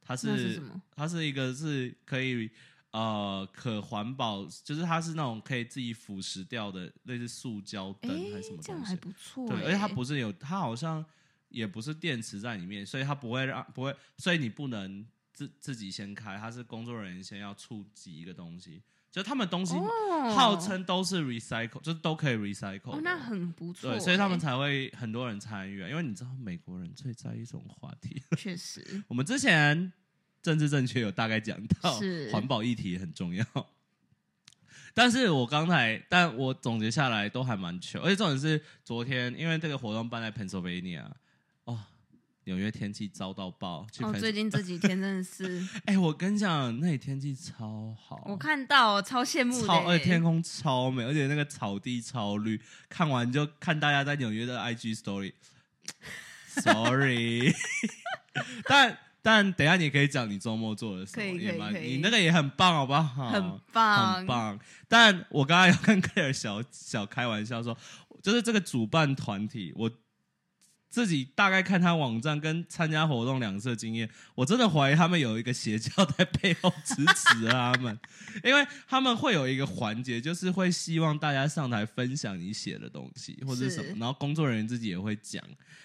S1: 它
S2: 那
S1: 是
S2: 是什么
S1: 它是一个是可以呃可环保，就是它是那种可以自己腐蚀掉的类似塑胶
S2: 哎
S1: 灯还是什么
S2: 这样
S1: 东
S2: 还
S1: 西，
S2: 不错
S1: 对，
S2: 哎，
S1: 而且它不是有它好像也不是电池在里面，所以它不会让不会，所以你不能自自己先开，它是工作人员先要触及一个东西，就他们东西
S2: 哦
S1: 号称都是 recycle，就是都可以 recycle 的。
S2: 哦那很不错哎，
S1: 对，所以他们才会很多人参与、啊，因为你知道美国人最在意这种话题。
S2: 确实
S1: 我们之前政治正确有大概讲到，
S2: 是
S1: 环保议题很重要。但是我刚才，但我总结下来都还蛮糗，而且重点是昨天，因为这个活动办在 Pennsylvania，哦，纽约天气糟到爆。去
S2: 哦，
S1: Pens-
S2: 最近这几天真的 是
S1: 哎、我跟你讲，那里天气超好，
S2: 我看到超羡慕的
S1: 哦超，而
S2: 哎
S1: 且天空超美，而且那个草地超绿。看完就看大家在纽约的 IG story。Sorry，但但等一下你可以讲你周末做了什么，
S2: 可以可以
S1: 也蛮
S2: 可以
S1: 你那个也很棒，好不好？
S2: 很棒
S1: 哦很棒。但我刚刚有跟 Claire 小小开玩笑说，就是这个主办团体，我自己大概看他网站跟参加活动两次的经验，我真的怀疑他们有一个邪教在背后支持啊他们，因为他们会有一个环节，就是会希望大家上台分享你写的东西或者是什么
S2: 是，
S1: 然后工作人员自己也会讲，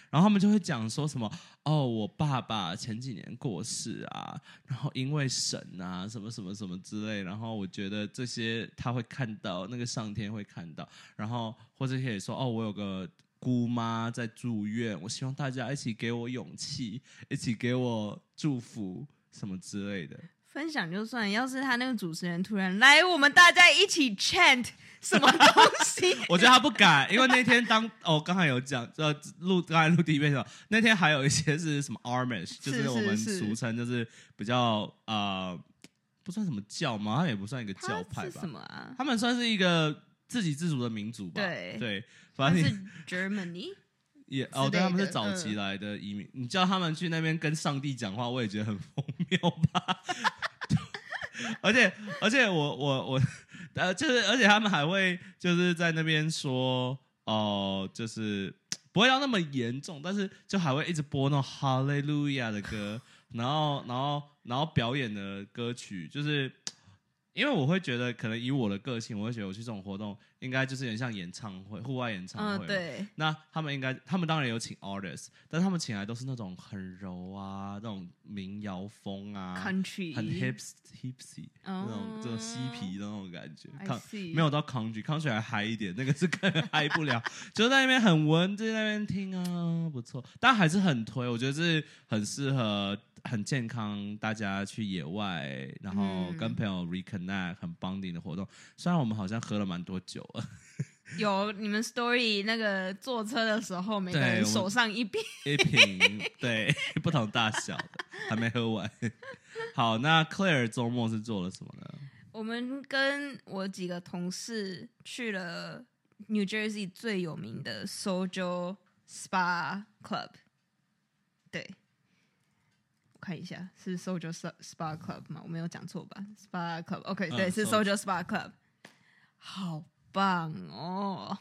S1: 然后他们就会讲说什么哦，我爸爸前几年过世啊，然后因为神啊，什么什么什么之类，然后我觉得这些他会看到，那个上天会看到，然后或者可以说哦，我有个姑妈在住院，我希望大家一起给我勇气，一起给我祝福什么之类的。
S2: 分享就算，要是他那个主持人突然来，我们大家一起 chant 什么东西，
S1: 我觉得他不敢，因为那天当哦，刚才有讲，呃，录刚才录第一遍的时候，那天还有一些是什么 Amish，就是是我们
S2: 是
S1: 俗称就是比较 呃，不算什么教嘛，它也不算一个教
S2: 他
S1: 派
S2: 是
S1: 吧
S2: 什，么啊？
S1: 他们算是一个自给自足的民族吧？
S2: 对
S1: 反
S2: 但
S1: 正
S2: 是
S1: 你
S2: Germany
S1: 也
S2: 之
S1: 哦，对，
S2: 类
S1: 他们是
S2: 的嗯
S1: 早期来的移民，你叫他们去那边跟上帝讲话，我也觉得很荒谬吧。 而且而且我我我呃，就是而且他们还会就是在那边说哦、就是不会到那么严重，但是就还会一直播那种哈利路亚的歌，然后然后然后表演的歌曲，就是因为我会觉得，可能以我的个性，我会觉得我去这种活动应该就是有点像演唱会，户外演唱会
S2: 嗯、
S1: 嘛、
S2: 对，
S1: 那他们应该，他们当然有请 artist，但他们请来都是那种很柔啊，那种民谣风啊
S2: country
S1: 很 hips hipsy、
S2: 哦
S1: 那种这种嬉皮的那种感觉。
S2: I
S1: 看
S2: see
S1: 没有到 country，country 还嗨一点，那个是更嗨不了，就在那边很文，就在那边听啊，不错。但还是很推，我觉得是很适合。很健康，大家去野外，然后
S2: 嗯
S1: 跟朋友 reconnect，很 bonding 的活动。虽然我们好像喝了蛮多酒，
S2: 有你们 story 那个坐车的时候，每个
S1: 对
S2: 人
S1: 我们
S2: 手上一瓶，
S1: 一瓶， 对，不同大小的，还没喝完。好，那 Claire 周末是做了什么呢？
S2: 我们跟我几个同事去了 New Jersey 最有名的 Sojo Spa Club。对，我看一下是 Sojo Spa Spa Club 吗？我没有讲错吧？Spa Club，OK，、
S1: 嗯
S2: 对，是
S1: Sojo
S2: Sojo Spa Club。好棒哦！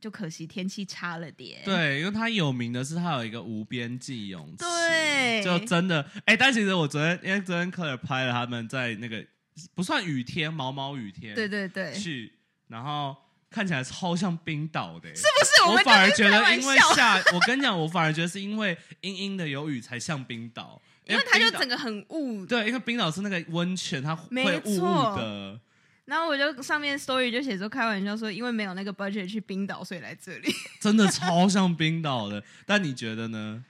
S2: 就可惜天气差了点。
S1: 对，因为它有名的是它有一个无边际泳池，
S2: 对
S1: 就真的，哎、但其实我昨天因为昨天 Claire 拍了他们在那个不算雨天，毛毛雨天，
S2: 对对对，是
S1: 去，然后看起来超像冰岛的、欸
S2: 不是？
S1: 我
S2: 们
S1: 反而
S2: 刚
S1: 觉
S2: 刚开，
S1: 得
S2: 玩
S1: 因为
S2: 笑
S1: 下，我跟你讲，我反而觉得是因为阴阴的有雨才像冰岛，
S2: 因为它就
S1: 冰岛
S2: 整个很雾，
S1: 对，因为冰岛是那个温泉，它
S2: 没
S1: 会雾雾
S2: 错
S1: 的。
S2: 然后我就上面 story 就写说开玩笑说，因为没有那个 budget 去冰岛，所以来这里。
S1: 真的超像冰岛的。但你觉得呢？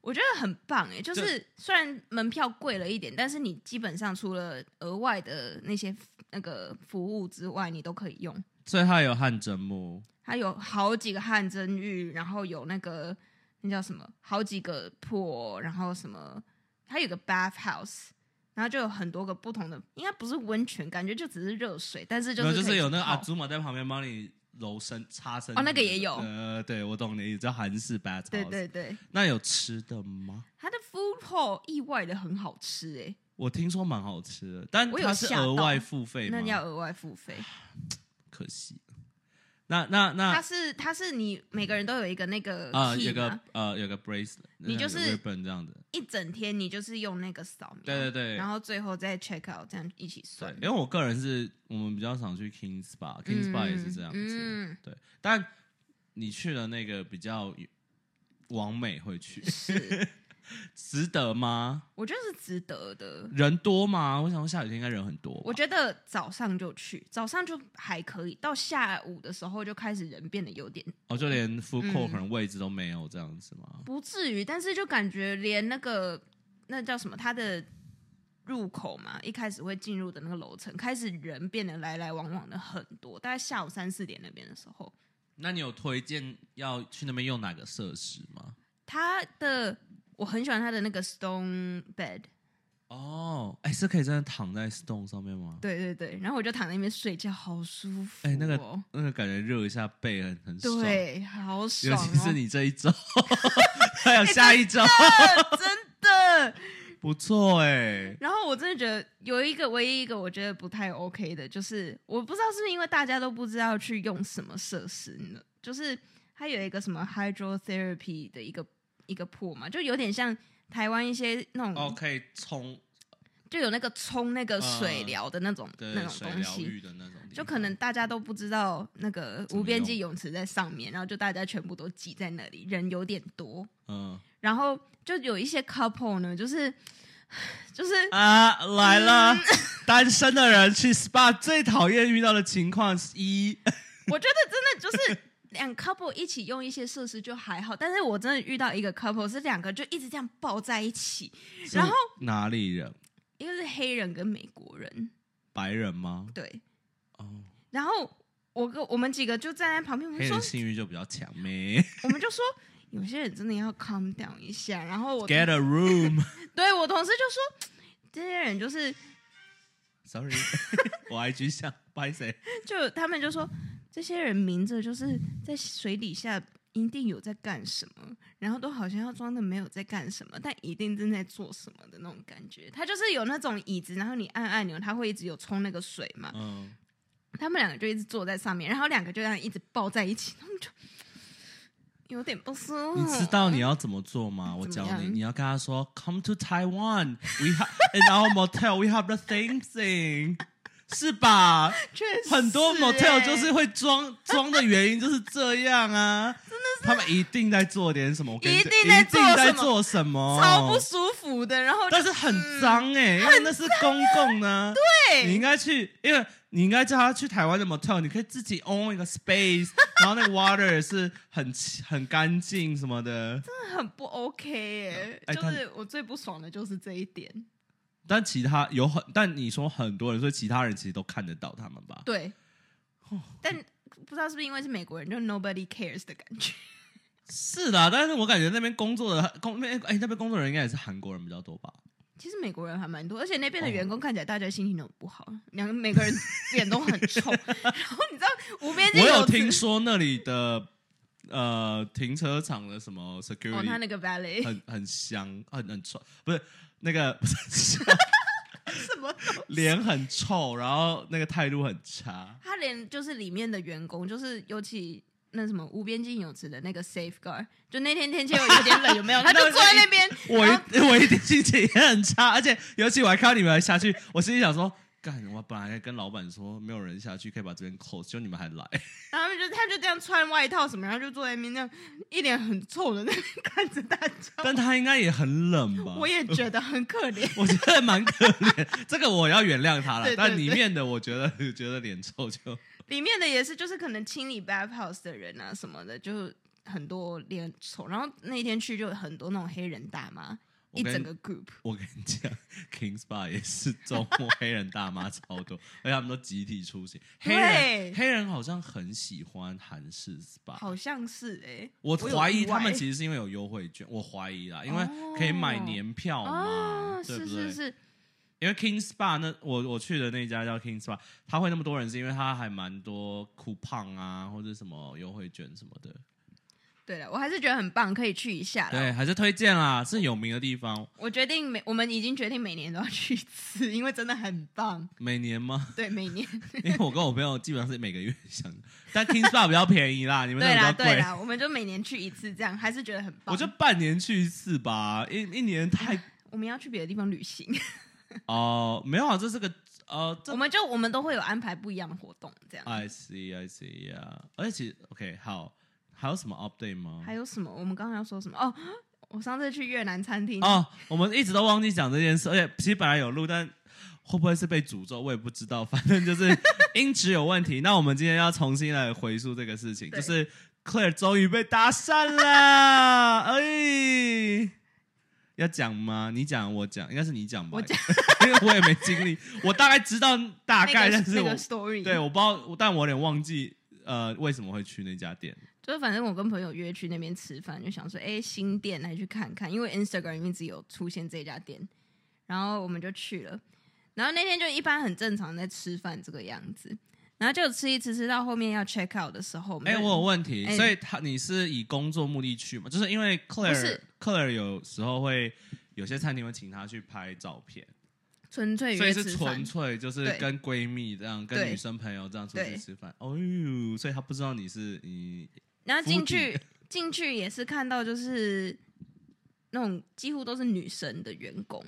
S2: 我觉得很棒哎、就是虽然门票贵了一点，但是你基本上除了额外的那些那个服务之外，你都可以用。
S1: 所以它有汗蒸木，
S2: 它有好几个汗蒸浴，然后有那个那叫什么，好几个 pool，然后什么，它有个 bath house，然后就有很多个不同的，应该不是温泉，感觉就只是热水，但是就
S1: 没有
S2: 是
S1: 就是有那个阿
S2: 啊，
S1: 祖玛在旁边帮你揉身、擦身体。
S2: 哦那个也有
S1: 呃，对，我懂你，叫韩式 b a t
S2: 对对对，
S1: 那有吃的吗？
S2: 它的 food hall 意外的很好吃哎、
S1: 我听说蛮好吃的，但
S2: 我有
S1: 它是
S2: 吓到
S1: 额外付费吗
S2: 那？要额外付费。
S1: 可惜。那那
S2: 它
S1: 那
S2: 是它是你每个人都有一个那个
S1: 啊，
S2: key
S1: 有个
S2: 嘛
S1: 呃有个 bracelet，
S2: 你就是
S1: r 本这样的。
S2: 一整天你就是用那个扫描，
S1: 对对对
S2: 然后最后再 check out，这样一起
S1: 对
S2: 算，。
S1: 因为我个人是我们比较常去 King Spa，King Spa 也是这样子。
S2: 嗯，
S1: 对，但你去了那个比较往美会去，
S2: 是，
S1: 值得吗？
S2: 我觉得是值得的。
S1: 人多吗？我想说下雨天应该人很多吧。
S2: 我觉得早上就去，早上就还可以，到下午的时候就开始人变得有点
S1: 哦，就连 food court
S2: 嗯
S1: 可能位置都没有这样子吗？
S2: 不至于，但是就感觉连那个那叫什么，它的入口嘛，一开始会进入的那个楼层，开始人变得来来往往的很多，大概下午三四点那边的时候，
S1: 那你有推荐要去那边用哪个设施吗？
S2: 它的我很喜欢它的那个 stone bed，
S1: 哦，哎，是可以真的躺在 stone 上面吗？
S2: 对对对，然后我就躺在那边睡觉，好舒服、哦，
S1: 哎，那个那个感觉热一下背很很爽，
S2: 对，好爽、
S1: 尤
S2: 哦，
S1: 其是你这一周， 还有下一周，
S2: 哎真的。
S1: 不错哎。
S2: 然后我真的觉得有一个唯一一个我觉得不太 OK 的，就是我不知道是不是因为大家都不知道去用什么设施呢？就是它有一个什么 hydrotherapy 的一个一个 pool 嘛，就有点像台湾一些那种，
S1: 哦，可以冲
S2: 就有那个冲那个水
S1: 嗯
S2: 疗的那种、
S1: 对
S2: 那种
S1: 水
S2: 东
S1: 疗
S2: 西。
S1: 愈的那种地方，
S2: 就可能大家都不知道那个
S1: 怎么
S2: 无边际
S1: 用
S2: 泳池在上面，然后就大家全部都挤在那里，人有点多，
S1: 嗯。
S2: 然后就有一些 couple 呢，就是 就是
S1: 啊，来
S2: 嗯
S1: 了！单身的人去 SPA 最讨厌遇到的情况是一，
S2: 我觉得真的就是两 couple 一起用一些设施就还好，但是我真的遇到一个 couple 是两个就一直这样抱在一起， 然后
S1: 是哪里人？
S2: 一个是黑人跟美国人，
S1: 白人吗？
S2: 对，
S1: 哦，
S2: 然后我跟我们几个就站在旁边，我
S1: 黑
S2: 们说
S1: 人性欲就比较强咩。
S2: 我们就说有些人真的要 calm down 一下，然后我
S1: Get a room，sorry，
S2: 对我同事就说这些人就是。
S1: 我 IG 想拍谁？
S2: 就他们就说这些人明着就是在水底下一定有在干什么，然后都好像要装的没有在干什么，但一定正在做什么的那种感觉。他就是有那种椅子，然后你按按钮，它会一直有冲那个水嘛。
S1: 嗯，
S2: 他们两个就一直坐在上面，然后两个就这样一直抱在一起，他们就有点不舒服。
S1: 你知道你要怎么做吗？我
S2: 嗯怎
S1: 教
S2: 么样
S1: 你，你要跟他说，Come to Taiwan, we have in our motel, we have the same thing，是吧？
S2: 确实
S1: 很多 motel
S2: 欸
S1: 就是会装 装的原因就是这样啊，真的是他们一定在做点什么，我跟你讲
S2: 一定在
S1: 一
S2: 做
S1: 定在
S2: 什么
S1: 做什么，
S2: 超不舒服的，然后就
S1: 哦但是很脏哎、因为那是公共呢、对，你应该去，因为你应该叫他去台湾的 motel，你可以自己 own 一个 space，然后那个 water 是很很干净什么的。
S2: 很不 OK 耶、
S1: 哎
S2: 就
S1: 但
S2: 是我最不爽的就是这一点。
S1: 但其他有很，但你说很多人，所以其他人其实都看得到他们吧？哦
S2: 对，但不知道是不是因为是美国人，就 nobody cares 的感觉。
S1: 是的，但是我感觉那边工作的工那边哎、那边工作人应该也是韩国人比较多吧？
S2: 其实美国人还蛮多，而且那边的员
S1: 哦
S2: 工看起来大家心情都不好，两个每个人脸都很 臭。然后你知道无边
S1: 我
S2: 境
S1: 有
S2: 子
S1: 听说那里的呃停车场的什么 security，、
S2: 哦，他那个 valet
S1: 很很香，很很臭，不是那个不是
S2: 什么东西，
S1: 脸很臭，然后那个态度很差。
S2: 他连就是里面的员工，就是尤其。那什么无边境泳池的那个 safeguard，就那天天气有点冷，有 没有？他就坐在那边，
S1: 我
S2: 然后
S1: 一 我一定心情也很差，而且尤其我还看到你们还下去，我心里想说，干，我本来跟老板说没有人下去，可以把这边 close，就你们还来，
S2: 然后他们就他就这样穿外套什么，然后就坐在那边那样一脸很臭的那边看着大家，
S1: 但他应该也很冷吧？
S2: 我也觉得很可怜。
S1: 我觉得蛮可怜，这个我要原谅他了。
S2: 对对
S1: 但里
S2: 对
S1: 面的我觉得觉得脸臭就
S2: 里面的也是，就是可能清理 bathhouse 的人啊什么的，就很多脸丑。然后那天去就有很多那种黑人大妈，
S1: 我
S2: 一
S1: 跟
S2: 整个 group。
S1: 我跟你讲，Kings Bar 也是周末黑人大妈超多，而且他们都集体出行。黑
S2: 对
S1: 人黑人好像很喜欢韩式 SPA，
S2: 好像是哎、
S1: 我
S2: 有
S1: 怀疑
S2: 意外
S1: 他们其实是因为有优惠券，我怀疑啦，因为可以买年票嘛，
S2: 哦，
S1: 对不
S2: 是
S1: 对？
S2: 是是，
S1: 因为 King Spa 那我我去的那家叫 King Spa，它会那么多人是因为它还蛮多 coupon 啊或者什么优惠券什么的，
S2: 对了，我还是觉得很棒，可以去一下
S1: 对，
S2: 啦。
S1: 还是推荐啦，是有名的地方，
S2: 我决定每我们已经决定每年都要去一次，因为真的很棒。
S1: 每年吗？
S2: 对，每 年
S1: 因为我跟我朋友基本上是每个月想，但 King Spa 比较便宜啦，你们那
S2: 对
S1: 个比
S2: 啦
S1: 较
S2: 对
S1: 贵。
S2: 啦，我们就每年去一次，这样还是觉得很棒。
S1: 我就半年去一次吧，一一年太
S2: 我们要去别的地方旅 行，
S1: 哦、没有啊，这是个呃，这
S2: 我们就我们都会有安排不一样的活动，这样。
S1: I see I see 啊、而且其实 OK 好，还有什么 update 吗
S2: 还？有什么？我们刚刚要说什么？哦，我上次去越南餐厅，
S1: 哦，我们一直都忘记讲这件事，而且其实本来有录，但会不会是被诅咒，我也不知道。反正就是音质有问题。那我们今天要重新来回溯这个事情，就
S2: 对
S1: 是 Claire 终于被搭讪了，哎，要讲吗？你讲，我讲，应该是你讲吧？
S2: 我讲，
S1: 因为我也没经历，我大概知道大
S2: 那
S1: 概，
S2: 个
S1: 但是
S2: 那
S1: 我、
S2: 个 story，
S1: 对，我不知道，但我有点忘记。呃，为什么会去那家店？
S2: 就是反正我跟朋友约去那边吃饭，就想说，哎、新店来去看看，因为 Instagram 里面只有出现这家店，然后我们就去了。然后那天就一般很正常在吃饭这个样子，然后就吃一吃吃到后面要 check out 的时候，
S1: 哎、
S2: 们就
S1: 我有问题，
S2: 哎
S1: 所以他你是以工作目的去吗？就是因为 Claire
S2: 是
S1: Claire 有时候会有些餐厅会请她去拍照片，
S2: 纯粹
S1: 所以
S2: 约
S1: 是
S2: 吃饭
S1: 纯，粹就是
S2: 对
S1: 跟闺蜜这样，跟
S2: 对
S1: 女生朋友这样出去
S2: 对
S1: 吃饭。哦呦，所以她不知道你是你
S2: 然后进
S1: 服务
S2: 去进去也是看到就是那种几乎都是女生的员工，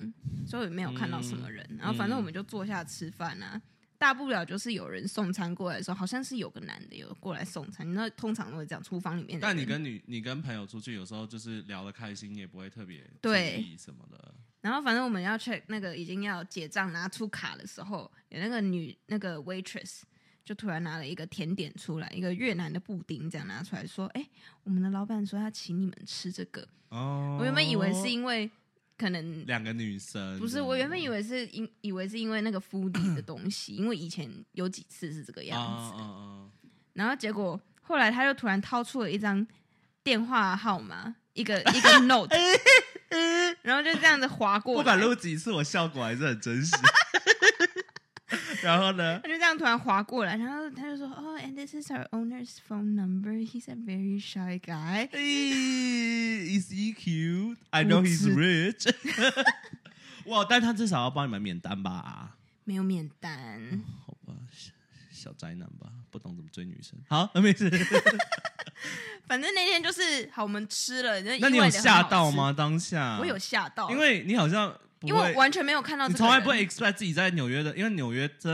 S2: 所以也没有看到什么人。
S1: 嗯
S2: 然后反正我们就坐下吃饭啊，大不了就是有人送餐过来的时候，好像是有个男的有过来送餐，你知道通常都会这样，厨房里面的人。
S1: 但你跟女你跟朋友出去，有时候就是聊得开心，也不会特别
S2: 对
S1: 介意什么的。
S2: 然后反正我们要 check 那个已经要结账拿出卡的时候，有那个女那个 waitress 就突然拿了一个甜点出来，一个越南的布丁，这样拿出来说：“哎、我们的老板说要请你们吃这个。”
S1: 哦
S2: 我原本以为是因为可能
S1: 两个哦女生，
S2: 不是，我原本以为是因以为是因为那个敷底的东西，因为以前有几次是这个样
S1: 啊
S2: 子，
S1: 啊啊！
S2: 然后结果后来他就突然掏出了一张电话号码，一 个一个 note，然后就这样子划过来，
S1: 不管录几次，我效果还是很真实。然后呢？
S2: 他就这样突然划过来，然后他就说：“哦、oh,，and this is our owner's phone number. He's a very shy guy.
S1: Hey, is he cute? I know he's rich. 哇，但他至少要帮你们免单吧？
S2: 没有免单，
S1: 好吧，小小宅男吧，不懂怎么追女生。好，没事。
S2: 反正那天就是好，我们吃了。
S1: 那你
S2: 意外
S1: 有
S2: 地很
S1: 吓
S2: 好
S1: 到
S2: 吃？
S1: 吗？当下
S2: 我有，吓到，
S1: 因为你好像不
S2: 因为
S1: 会
S2: 我，完全没有看到
S1: 你
S2: 这个
S1: 从来不
S2: 人
S1: 会 expect 自己在纽约的，因为纽约这。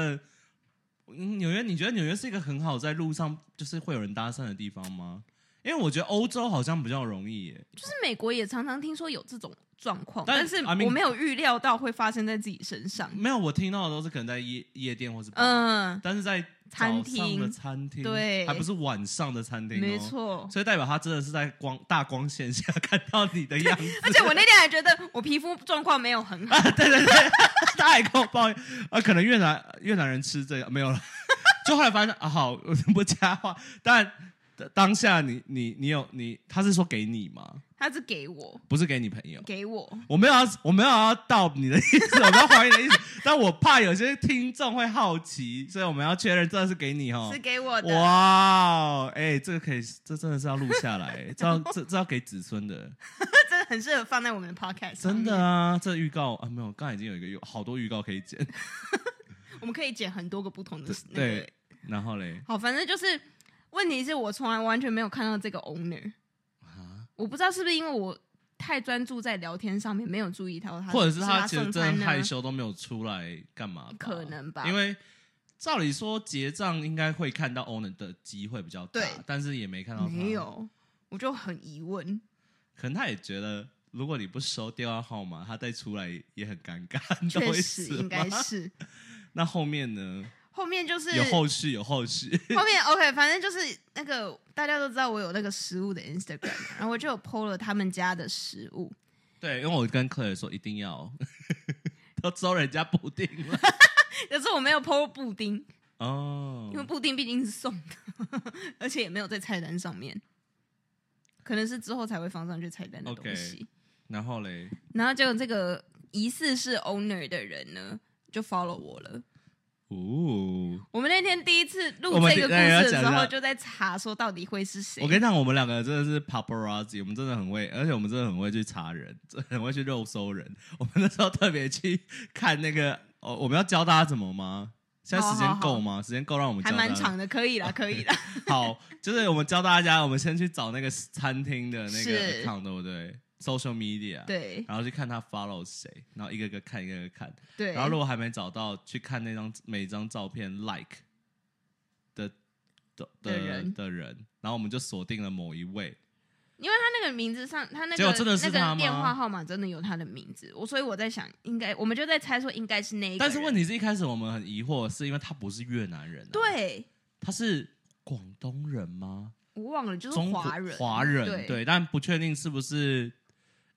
S1: 嗯纽约，你觉得纽约是一个很好在路上就是会有人搭讪的地方吗？因为我觉得欧洲好像比较容易耶。
S2: 就是美国也常常听说有这种状况，
S1: 但
S2: 但是
S1: I mean-
S2: 我没有预料到会发生在自己身 上。
S1: 没有，我听到的都是可能在夜夜店或是 bar
S2: 嗯，
S1: 但是在
S2: 餐
S1: 早上的
S2: 厅
S1: 餐厅，
S2: 对
S1: 还不是晚上的餐厅、哦，
S2: 没。 错。
S1: 所以代表他真的是在光大光线下看到你的样子，
S2: 而 且我那天还觉得我皮肤状况没有很好，
S1: 他还跟我抱怨啊，可能越南越南人吃这个没有了， 就后来发现啊，好，我不加话，但当下你你你有你，他是说给你吗？
S2: 他是给我
S1: 不是给你朋友，
S2: 给我，
S1: 我没有要，我没有要到你的意思，我没有怀疑你的意思，但我怕有些听众会好奇，所以我们要确认这是给你哦，
S2: 是给我的。
S1: 哇哦，哎，这个可以，这真的是要录下来，这要这这要给子孙的，
S2: 真的很适合放在我们的 podcast，上
S1: 真的
S2: 面
S1: 啊！这预告啊，没有，刚才已经有一个有好多预告可以 剪，
S2: 我们可以剪很多个不同的。那个
S1: 对，，然后嘞
S2: 好，反正就是问题是我从来完全没有看到这个 owner，
S1: 啊，
S2: 我不知道是不是因为我太专注在聊天上面，没有注意到他，
S1: 或者是
S2: 他
S1: 他其实
S2: 送
S1: 真
S2: 餐啊
S1: 的
S2: 呢
S1: 害羞都没有出来干嘛吧？
S2: 可能吧
S1: 因为照理说结账应该会看到 owner 的机会比较大
S2: 对，
S1: 但是也没看到，
S2: 没，有，我就很疑 问。
S1: 可能他也觉得。如果你不收电话号码，他再出来也很尴尬， 你懂
S2: 确
S1: 我意
S2: 实
S1: 思
S2: 应该
S1: 吗
S2: 是。
S1: 那后面呢？
S2: 后面就是
S1: 有后续，有后续。
S2: 后面 OK，反正就是那个大家都知道我有那个食物的 Instagram，嘛 然后我就有 PO 了他们家的食物，
S1: 对，因为我跟客人说一定要， 都收人家布丁了。
S2: 可是我没有 PO 布丁，
S1: 哦
S2: 因为布丁毕竟是送的， 而且也没有在菜单上面，可能是之后才会放上去菜单的东西。
S1: 然后嘞，
S2: 然后结果这个疑似是 owner 的人呢，就 follow 我了。
S1: 哦，
S2: 我们那天第一次录
S1: 我们
S2: 这个故
S1: 第哎要
S2: 事的
S1: 讲一
S2: 时
S1: 下
S2: 候，就在查说到底会是谁
S1: 我。跟你讲，我们两个真的是 paparazzi，我们真的很会，而且我们真的很会去查人，真的很会去肉搜人。我们那时候特别去看那个，哦，我们要教大家怎么吗？现在时间够吗？时间够让我们教
S2: 还
S1: 大家
S2: 蛮长的，可以啦，可 以啦。
S1: 好，就是我们教大家，我们先去找那个餐厅的那个
S2: 是
S1: account，对不对？social media，，
S2: 对
S1: 然后去看他 follow 谁，然后一个个看，一个个看。
S2: 对，
S1: 然后如果还没找到，去看那张每张照片 like 的的
S2: 的人
S1: 的人，然后我们就锁定了某一位。
S2: 因为他那个名字上，他那
S1: 结果
S2: 个
S1: 真的是他
S2: 那
S1: 吗
S2: 个电话号码真的有他的名字，我所以我在想，应该我们就在猜说应该是那一个人。
S1: 但是问题是一开始我们很疑惑，是因为他不是越南人、，啊
S2: 对
S1: 他是广东人吗？
S2: 我忘了，就是
S1: 中国
S2: 华人，
S1: 华人
S2: 对，
S1: 但不确定是不是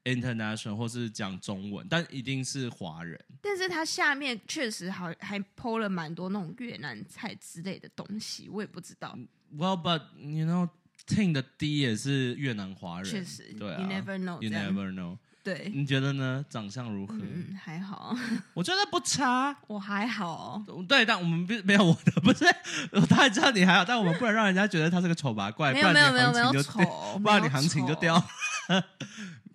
S1: international 或是讲中文，但一定是华人。
S2: 但是他下面确实好还剖了蛮多那种越南菜之类的东西，我也不知道，
S1: Well, but you know, Ting 的 D 也是越南华人，
S2: 确实
S1: 对啊
S2: you never know，
S1: You
S2: 这样
S1: never know。
S2: 对，
S1: 你觉得呢？长相如何？
S2: 嗯，还好，
S1: 我觉得不差。
S2: 我还好，
S1: 对，但我们并没有我的， 不是，我当然知道你还好，但我们不能让人家觉得他是个丑八怪，
S2: 没
S1: 不
S2: 有
S1: 然
S2: 没有没有
S1: 你
S2: 没有
S1: 行情就
S2: 丑
S1: 掉，，不然
S2: 没有
S1: 你行情就
S2: 丑
S1: 掉，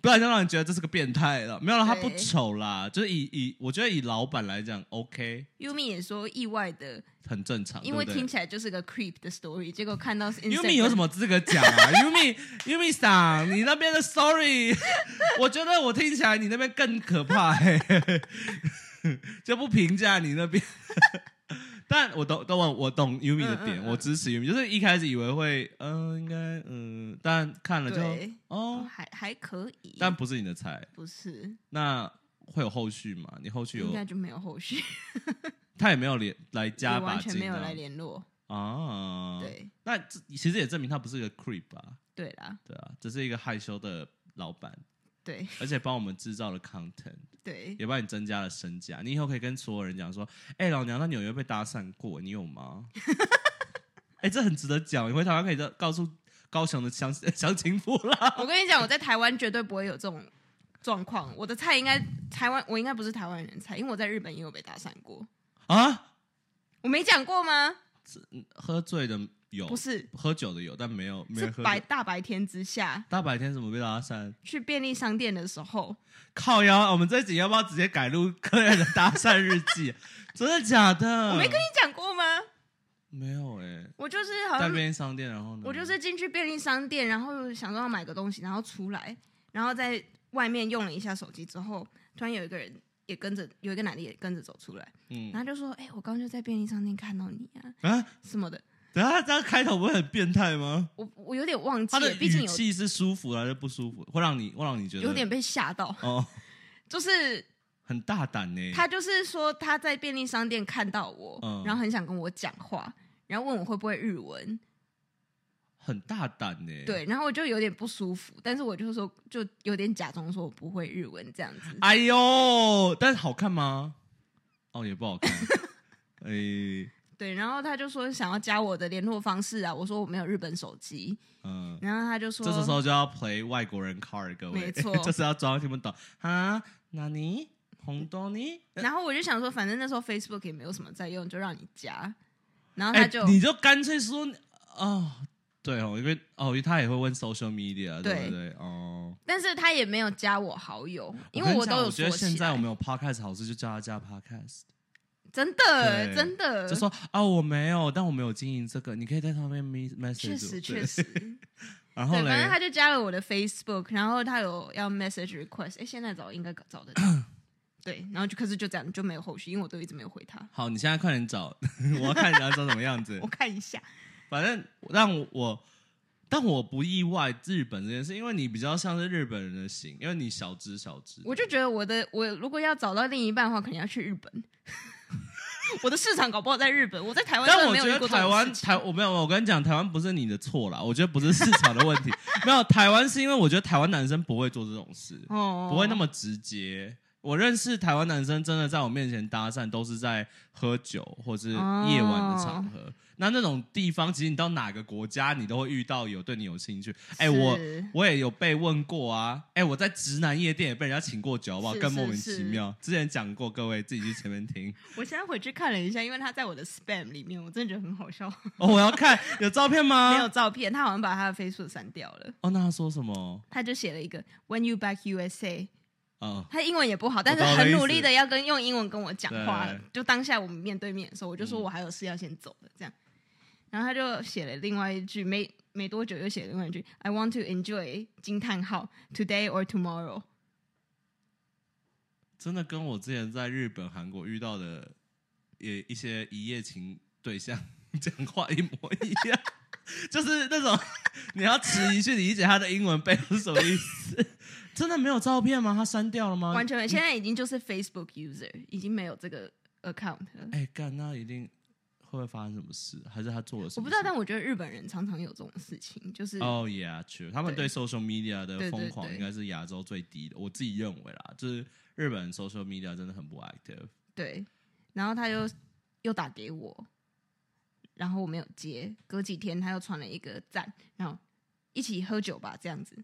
S1: 不然就让人觉得这是个变态了。没有啦，他不
S2: 对
S1: 丑啦，就是以以我觉得以老板来讲，OK，
S2: Yumi 也说意外的，
S1: 很正常，
S2: 因为
S1: 对不对
S2: 听起来就是个 creep 的 story，结果看到是
S1: Yumi 有什么资格讲啊？Yumi Yumi 桑，你那边的 sorry，我觉得我听起来你那边更可怕、嘿嘿嘿就不评价你那边。但我懂，懂我我懂 Yumi 的点，
S2: 嗯嗯嗯
S1: 我支持 Yumi。就是一开始以为会，嗯、应该，嗯、但看了就
S2: 对哦
S1: 哦，
S2: 还还可以，
S1: 但不是你的菜，
S2: 不是，
S1: 那会有后续吗？你后续
S2: 应
S1: 有
S2: 该，就没有后续，
S1: 他也没有连来加
S2: 也
S1: 把
S2: 完
S1: 劲
S2: 全
S1: 这
S2: 没
S1: 样，
S2: 有来联络。
S1: 啊。，
S2: 对
S1: 那这其实也证明他不是一个 creep 啊，
S2: 对啦，
S1: 对啊，只是一个害羞的老板。
S2: 对
S1: 而且帮我们制造了 content，
S2: 对，
S1: 也帮你增加了身价。你以后可以跟所有人讲说：“哎、老娘在纽约被搭讪过，你有吗？” 哎、这很值得讲。你回台湾可以告诉高雄的乡乡亲父啦。
S2: 我跟你讲，我在台湾绝对不会有这种状况。我的菜应该台湾，我应该不是台湾人菜，因为我在日本也有被搭讪过。
S1: 啊，
S2: 我没讲过吗？
S1: 喝醉的有
S2: 不，是，
S1: 喝酒的有，但没有没
S2: 是
S1: 有喝
S2: 白
S1: 酒
S2: 大白天之下
S1: 大白天怎么被搭讪？
S2: 去便利商店的时候，
S1: 靠腰，我们这集要不要直接改录客人的搭讪日记？ 真的假的？
S2: 我没跟你讲过吗？
S1: 没有哎、
S2: 我就是好
S1: 在
S2: 像
S1: 便利商店，然后呢？
S2: 啊我就是进去便利商店，然后想说要买个东西，然后出来，然后在外面用了一下手机之后，突然有一个人也跟着，有一个男的也跟着走出来，
S1: 嗯
S2: 然后就说：“哎、我刚刚就在便利商店看到你啊，
S1: 啊，
S2: 什么的。
S1: 等一下这样开头不会很变态吗？
S2: 我”我有点忘记
S1: 他的
S2: 了，毕竟
S1: 语
S2: 有
S1: 气是舒服还是不舒服？会让你会让你觉得嗯
S2: 有点被吓到，
S1: 哦，
S2: 就是
S1: 很大胆呢、
S2: 他就是说他在便利商店看到我，
S1: 嗯
S2: 然后很想跟我讲话，然后问我会不会日文，
S1: 很大胆呢、，
S2: 对，然后我就有点不舒服，但是我就说就有点假装说我不会日文这样子。
S1: 哎呦，但是好看吗？哦，也不好看。 哎、
S2: 对，然后他就说想要加我的联络方式啊，我说我没有日本手机，
S1: 嗯。
S2: 然后他就说，
S1: 这时候就要 play 外国人 card，各位，
S2: 没 错
S1: 就是要装听不懂啊，那你红豆你，
S2: 然后我就想说，反正那时候 Facebook 也没有什么在用，就让你加，然后
S1: 哎、
S2: 他就、
S1: 你就干脆说哦，对哦，因为哦，因为他也会问 social media，对
S2: 对
S1: 不对？哦，
S2: 但是他也没有加我好友，因
S1: 跟
S2: 为都
S1: 你讲
S2: 有
S1: 觉
S2: 锁
S1: 得
S2: 起来。
S1: 现在我们有 podcast 好事，就叫他加 podcast，、
S2: 真的
S1: 对
S2: 真的
S1: 就说啊、我没有，但我没有经营这个，你可以在上面 mes- message，
S2: 确实
S1: 我
S2: 确
S1: 对。
S2: 实，
S1: 然后
S2: 对，反正
S1: 嘞，
S2: 他就加了我的 Facebook，然后他有要 message request，哎，现在找应该找 得到，对，然后就可是就这样就没有后续，因为我都一直没有回他，
S1: 好，你现在快点找， 我要看你要长什么样子
S2: 我。看一下，
S1: 反正让我，但我不意外日本这件事，因为你比较像是日本人的型，因为你小只小只。
S2: 我就觉得我的我如果要找到另一半的话，肯定要去日本。 我的市场搞不好在日本，我在台湾真
S1: 但
S2: 的
S1: 我
S2: 没有
S1: 觉
S2: 遇过这
S1: 得
S2: 种
S1: 台湾
S2: 事情
S1: 台我没有，我跟你讲，台湾不是你的错啦，我觉得不是市场的问 题，没有台湾是因为我觉得台湾男生不会做这种事，
S2: 哦
S1: 不会那么直接。我认识台湾男生真的在我面前搭讪，都是在喝酒或是夜晚的场合。
S2: 哦
S1: 那那种地方，其实你到哪个国家，你都会遇到有对你有兴趣。哎、我
S2: 是
S1: 我也有被问过啊，哎、我在直男夜店也被人家请过酒，好不好？
S2: 是
S1: 更
S2: 是
S1: 莫名其
S2: 是
S1: 妙。之前讲过，各位自己去前面听。
S2: 我现在回去看了一下，因为他在我的 spam 里面，我真的觉得很好笑。
S1: 哦，我要看有照片吗？
S2: 没有。照片，他好像把他的 Facebook 删掉了。
S1: 哦，那他说什么？
S2: 他就写了一个 “When you back USA”，
S1: 哦，
S2: 他英文也不好，但是
S1: 懂我的
S2: 很
S1: 意
S2: 努
S1: 思
S2: 力的要跟用英文跟我讲话
S1: 对。
S2: 就当下我们面对面的时候，我就说我还有事要先走了，这样。然后他就写了另外一句，没没多久又写了另外一句：“I want to enjoy 惊叹号 today or tomorrow。
S1: 真的跟我之前在日本、韩国遇到的也一些一夜情对象讲话一模一样， 就是那种你要迟疑去理解他的英文背后是什么意思。真的没有照片吗？他删掉了”吗？
S2: 完全没，现在已经就是 Facebook user，已经没有这个 account 了。
S1: 哎，干，那一定会不会发生什么事？还是他做了什
S2: 我不知
S1: 么事？
S2: 道，但我觉得日本人常常有这种事情，就是
S1: 哦、yeah，true，他们对
S2: 对
S1: social media 的
S2: 对对
S1: 疯狂
S2: 对
S1: 应该是亚洲最低的，我自己认为啦，就是日本人 social media 真的很不 active。
S2: 对，然后他又又打给我，然后我没有接。隔几天他又传了一个赞，然后一起喝酒吧这样子，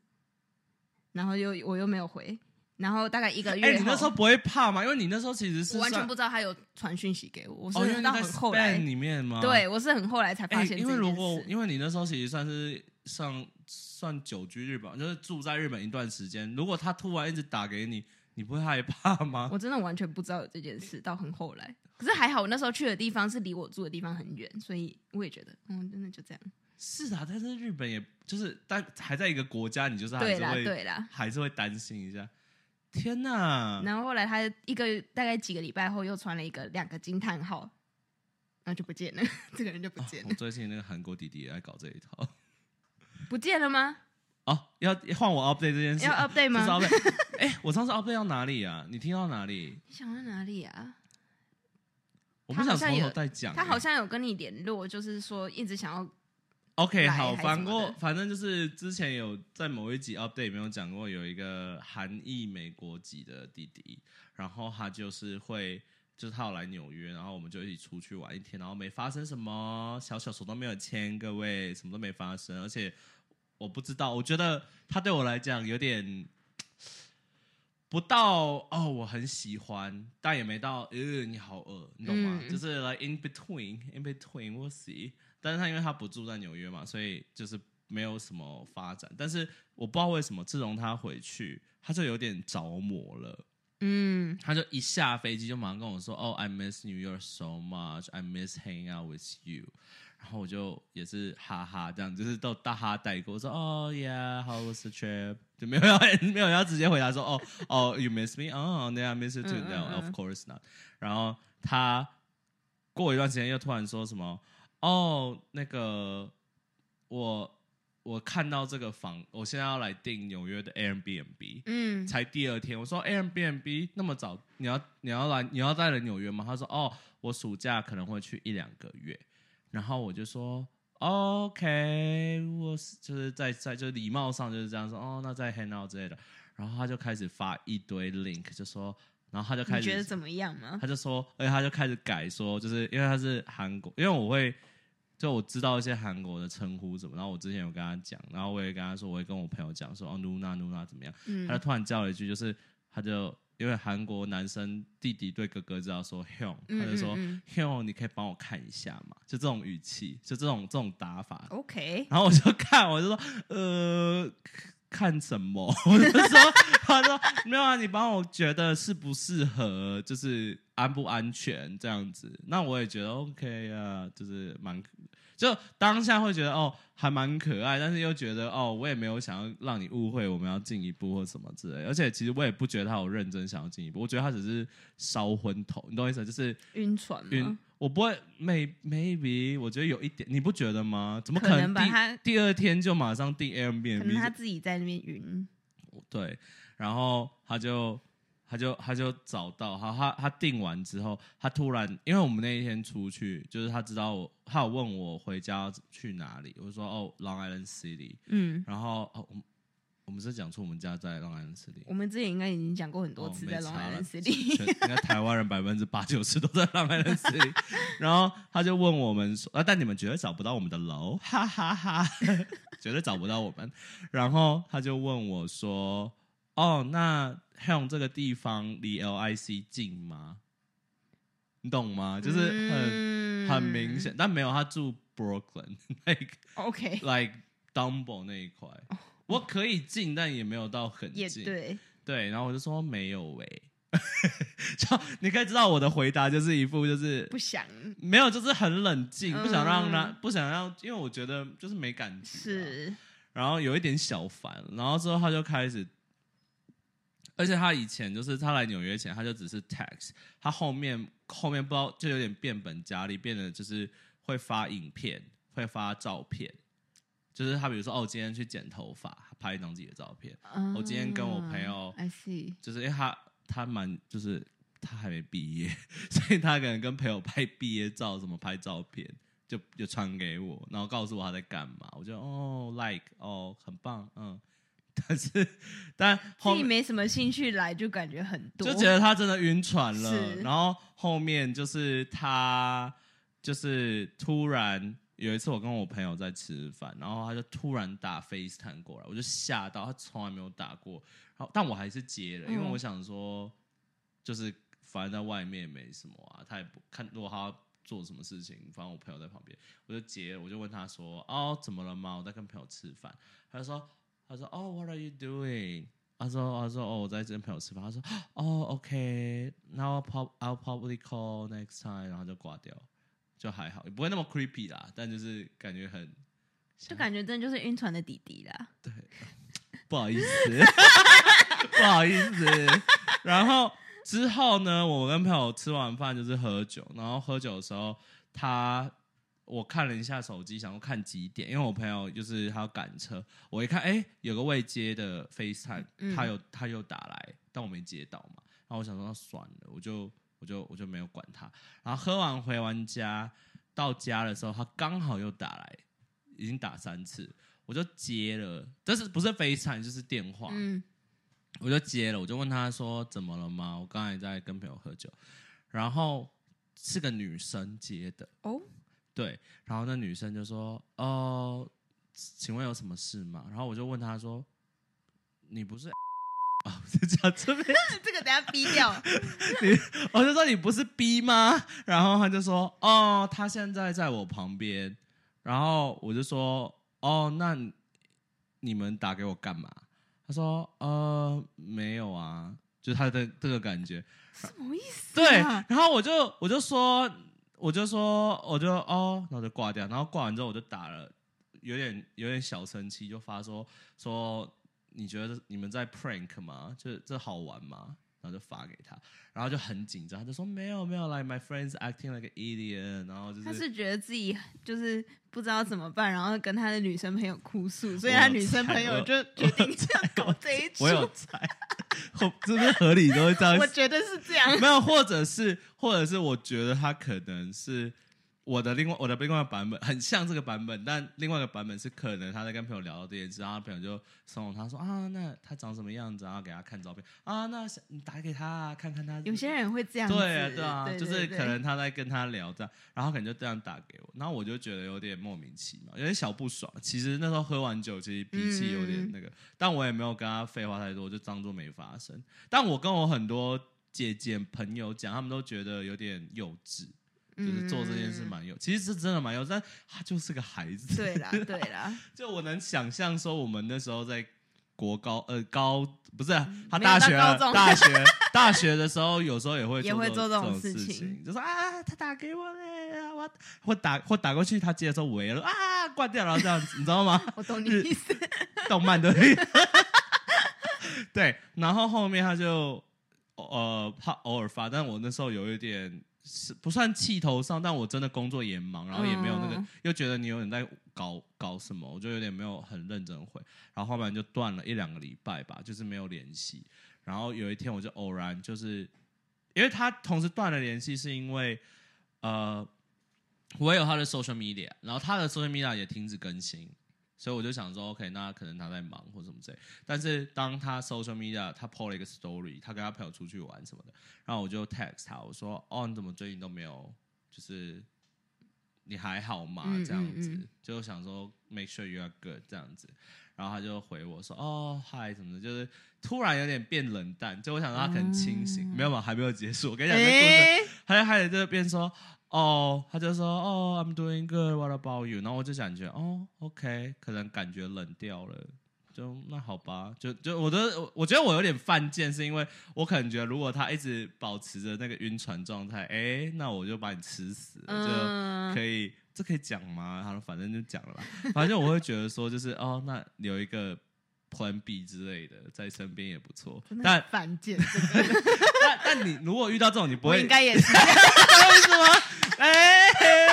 S2: 然后又我又没有回，然后大概一个
S1: 哎、
S2: 月
S1: 你那时
S2: 后，
S1: 候不会怕吗？因为你那时候其实是
S2: 我完全
S1: 算
S2: 不知道他有传讯息给我，我
S1: 哦，因
S2: 是
S1: 为
S2: 到
S1: 那在
S2: 很后
S1: Span
S2: 来，
S1: 里面吗？
S2: 对我是很后来才
S1: 哎、
S2: 发现这件事。
S1: 因为如果因为你那时候其实算是上算久居日本，就是住在日本一段时间，如果他突然一直打给你，你不会害怕吗？
S2: 我真的完全不知道有这件事，到很后来。可是还好，我那时候去的地方是离我住的地方很远，所以我也觉得，嗯，真的就这样。
S1: 是啊，但是日本也就是但还在一个国家，你就是还
S2: 对
S1: 是
S2: 啦，
S1: 会
S2: 对啦。
S1: 还是会担心一下。天哪！
S2: 然后后来他一个大概几个礼拜后又传了一个两个惊叹号，然后就不见了， 这个人就不见
S1: 啊我
S2: 了，
S1: 最近那个韩国弟弟也在搞这一套。
S2: 不见了吗？
S1: 哦，要换我 update 这件事，
S2: 要 update 吗
S1: 就是 update。哎、我上次 update 到哪里啊？你听到哪里？
S2: 你想到哪里啊？
S1: 我不
S2: 他
S1: 想
S2: 好像
S1: 从头
S2: 有
S1: 再讲、
S2: 他
S1: 哎
S2: 好像有跟你联络，就是说一直想要
S1: OK，
S2: 来
S1: 好，
S2: 还是
S1: 反
S2: 什么
S1: 过
S2: 的
S1: 反正就是之前有在某一集 update 里面有讲过，有一个韩裔美国籍的弟弟，然后他就是会。就是他有来纽约，然后我们就一起出去玩一天，然后没发生什么，小小手都没有牵，各位什么都没发生，而且我不知道，我觉得他对我来讲有点不到哦，我很喜欢，但也没到，呃，你好饿，你懂吗？
S2: 嗯
S1: 就是来 in between，in between，我 see。但是他因为他不住在纽约嘛，所以就是没有什么发展。但是我不知道为什么，自从他回去，他就有点着魔了。
S2: 嗯
S1: 他就一下飞机就马上跟我说：“哦、i miss New York so much, I miss hanging out with you。”然后我就也是哈哈这样，就是都大哈带过，我说：“哦、yeah，how was the trip？” 就没有要 没有要直接回答说：“哦哦，you miss me？” 哦、oh,，yeah，I miss you too。
S2: 嗯嗯
S1: No,
S2: 嗯
S1: of course not。然后他过一段时间又突然说什么：“哦、那个我我看到这个房，我现在要来订纽约的 Airbnb。”
S2: 嗯
S1: 才第二天，我说 Airbnb 那么早，你要你要来你要再来纽约吗？他说哦，我暑假可能会去一两个月，然后我就说 OK，我是就是在在就礼貌上就是这样说哦，那再 hang out 之类的，然后他就开始发一堆 link，就说，然后他就开
S2: 你
S1: 始
S2: 觉得怎么样吗？
S1: 他就说，而且他就开始改说，就是因为他是韩国，因为我会就我知道一些韩国的称呼什么，然后我之前有跟他讲，然后我也跟他说，我会跟我朋友讲说，哦露娜露娜怎么样，他就
S2: 嗯
S1: 突然叫了一句，就是他就因为韩国男生弟弟对哥哥知道说 h u n
S2: 嗯
S1: 他就说
S2: 嗯
S1: h u n 你可以帮我看一下嘛，就这种语气，就这种这种打法，
S2: ，OK，
S1: 然后我就看，我就说，呃，看什么？ 我就说，他说没有啊，你帮我觉得适不适合，就是安不安全这样子。那我也觉得 OK 啊，就是蛮，就当下会觉得哦，还蛮可爱，但是又觉得哦，我也没有想要让你误会，我们要进一步或什么之类。而且其实我也不觉得他有认真想要进一步，我觉得他只是烧昏头，你懂我意思？就是
S2: 晕船
S1: 晕
S2: 吗？，
S1: 嗯我不会，may maybe，我觉得有一点，你不觉得吗？怎么可
S2: 可能
S1: 能
S2: 吧
S1: 第
S2: 他
S1: 第二天就马上订
S2: 可能他
S1: Airbnb？
S2: 自己在那边晕，
S1: 对，然后他就他就他就找到，好，他他订完之后，他突然，因为我们那一天出去，就是他知道我，他有问我回家要去哪里，我就说哦，Long Island City，
S2: 嗯。
S1: 然后哦，我们我们是讲出我们家在 Long Island City，
S2: 我们之前应该已经讲过很多
S1: 哦
S2: 次
S1: 没
S2: 在龙
S1: 差
S2: 海
S1: 了
S2: 人 City，
S1: 全应该台湾人百分之八九十都在浪漫的市里。然后他就问我们说：“啊，但你们绝对找不到我们的楼，哈哈哈 绝对找不到我们。”然后他就问我说：“哦，那 Helm 这个地方离 LIC 近吗？你懂吗？就是很、
S2: 很
S1: 很明显，但没有他住 Brooklyn，like
S2: 嗯 OK，
S1: like Dumbo 那一块。”我可以近，但哦也没有到很
S2: 也
S1: 近。
S2: 对，
S1: 对，然后我就说没有喂、 就你可以知道我的回答就是一副就是
S2: 不想
S1: 没有，就是很冷静，
S2: 嗯
S1: 不想让他，不想让，因为我觉得就是没感觉、，啊
S2: 是
S1: 然后有一点小烦，然后之后他就开始，而且他以前就是他来纽约前他就只是 text，他后面后面不知道就有点变本加厉，变得就是会发影片，会发照片，就是他比如说哦，今天去剪头发，拍一张自己的照片。我今天跟我朋友
S2: 啊，I see，
S1: 就是因为他他蛮就是他还没毕业， 所以他可能跟朋友拍毕业照，什么拍照片，就就传给我，然后告诉我他在干嘛，我就哦 like 哦很棒嗯， 但是但后
S2: 自己
S1: 面
S2: 没什么兴趣来，就感觉很多，
S1: 就觉得他真的晕船了，
S2: 是
S1: 然后后面就是他就是突然。有一次我跟我朋友在吃饭，然后他就突然打 FaceTime 过来，我就吓到，他从来没有打过，然后但我还是接了，因为
S2: 嗯
S1: 我想说，就是反正在外面也没什么啊，他也不看如果他做什么事情，反正我朋友在旁边，我就接了，我就问他说，哦，怎么了吗？我在跟朋友吃饭，他就说，他说，哦，What are you doing？他说，他说，哦，我在跟朋友吃饭，他说，哦，OK，那 I'll prob- 哦 I'll probably call next time，然后就挂掉，就还好，也不会那么 creepy 啦，但就是感觉很
S2: 就感觉真的就是晕船的弟弟啦。
S1: 不好意思，不好意思。然后之后呢，我跟朋友吃完饭就是喝酒，然后喝酒的时候，他我看了一下手机，想要看几点，因为我朋友就是他要赶车，我一看，哎、有个未接的 FaceTime，
S2: 嗯
S1: 他又他又打来，但我没接到嘛，然后我想说那算了，我就我就我就没有管他。然后喝完回完家，到家的时候，他刚好又打来，已经打三次，我就接了，但是不是 FaceTime 就是电话，
S2: 嗯，
S1: 我就接了，我就问他说怎么了吗？我刚才在跟朋友喝酒，然后是个女生接的，
S2: 哦，
S1: 对，然后那女生就说哦，请问有什么事吗？然后我就问他说，你不是。 哦，就讲这边，
S2: 这个等下逼掉。
S1: 我就说你不是 B 吗？然后他就说哦，他现在在我旁边。然后我就说哦，那你们打给我干嘛？他说呃，没有啊，就是他的这个感觉。
S2: 什么意思、
S1: 对，
S2: 啊？
S1: 然后我就我就说，我就说，我就哦，然后就挂掉。然后挂完之后，我就打了，有点有点小生气，就发说说你觉得你们在 prank 吗？就是这好玩吗？然后就发给他，然后就很紧张，他就说没有没有，like my friends acting like an idiot，然后就
S2: 他
S1: 是
S2: 是觉得自己就是不知道怎么办，然后跟他的女生朋友哭诉，所以
S1: 我有
S2: 他女生朋友就决定要搞这一出
S1: 我。有猜， 我这边合理都会这样
S2: 我觉得是这样，
S1: 没有，或者是，或者是我觉得他可能是我的另外我的另外版本很像这个版本，但另外一个版本是可能他在跟朋友聊到这件事，然后他朋友就怂恿他说啊，那他长什么样子啊，然后给他看照片啊，那是你打给他、啊、看看他。
S2: 有些人会这样子。
S1: 对啊，对啊，
S2: 对
S1: 就是
S2: 对
S1: 可能他在跟他聊这样，然后可能就这样打给我，然后我就觉得有点莫名其妙，有点小不爽。其实那时候喝完酒，其实脾气有
S2: 嗯
S1: 点那个，但我也没有跟他废话太多，我就当做没发生。但我跟我很多姐姐朋友讲，他们都觉得有点幼稚，
S2: 嗯
S1: 就是做这件事
S2: 嘛。
S1: 蛮幼，其实是真的蛮幼稚，但他就是个孩子。
S2: 对啦，对啦，
S1: 就我能想象说，我们那时候在国高呃高不是啊、他
S2: 嗯没有
S1: 大学
S2: 到高中
S1: 大学大学的时候，有时候 也会
S2: 也会做
S1: 做
S2: 这种
S1: 种
S2: 事
S1: 情，
S2: 情
S1: 就说啊，他打给我嘞，啊我或打或打过去，他接的时候我也说啊挂掉，然后这样子，你知道吗？
S2: 我懂你意思。
S1: 动漫都会。 对，然后后面他就呃，他偶尔发，但我那时候有一点是不算气头上，但我真的工作也忙，然后也没有那个，
S2: 嗯
S1: 又觉得你有点在搞搞什么，我就有点没有很认真回，然后后面就断了一两个礼拜吧，就是没有联系。然后有一天我就偶然就是，因为他同时断了联系，是因为呃，我也有他的 social media，然后他的 social media 也停止更新，所以我就想说，OK，那可能他在忙或什么之类。但是当他 social media 他 po 了一个 story，他跟他朋友出去玩什么的，然后我就 text 他，我说，哦，你怎么最近都没有，就是你还好吗？
S2: 嗯
S1: 这样子，
S2: 嗯嗯
S1: 就想说 make sure you are good 这样子。然后他就回我说：“哦，嗨，什么的，就是突然有点变冷淡，就我想到他可能清
S2: 嗯
S1: 醒，没有嘛，还 没有结束。我跟你讲，这故事
S2: 哎，
S1: 他就开始这边说，哦，他就说，哦，I'm doing good, what about you？然后我就感觉，哦，OK，可能感觉冷掉了，就那好吧，就就我的，我我觉得我有点犯贱，是因为我可能觉得如果他一直保持着那个晕船状态，哎，那我就把你吃死了，就。
S2: 嗯，
S1: 可以，这可以讲吗？好了，反正就讲了啦。反正我会觉得说，就是哦，那有一个 Plan B 之类的在身边也不错。
S2: 真的
S1: 但
S2: 很犯 贱，这个
S1: 但但你如果遇到这种，你不
S2: 我
S1: 会
S2: 应该也 是。
S1: 为什么？哎、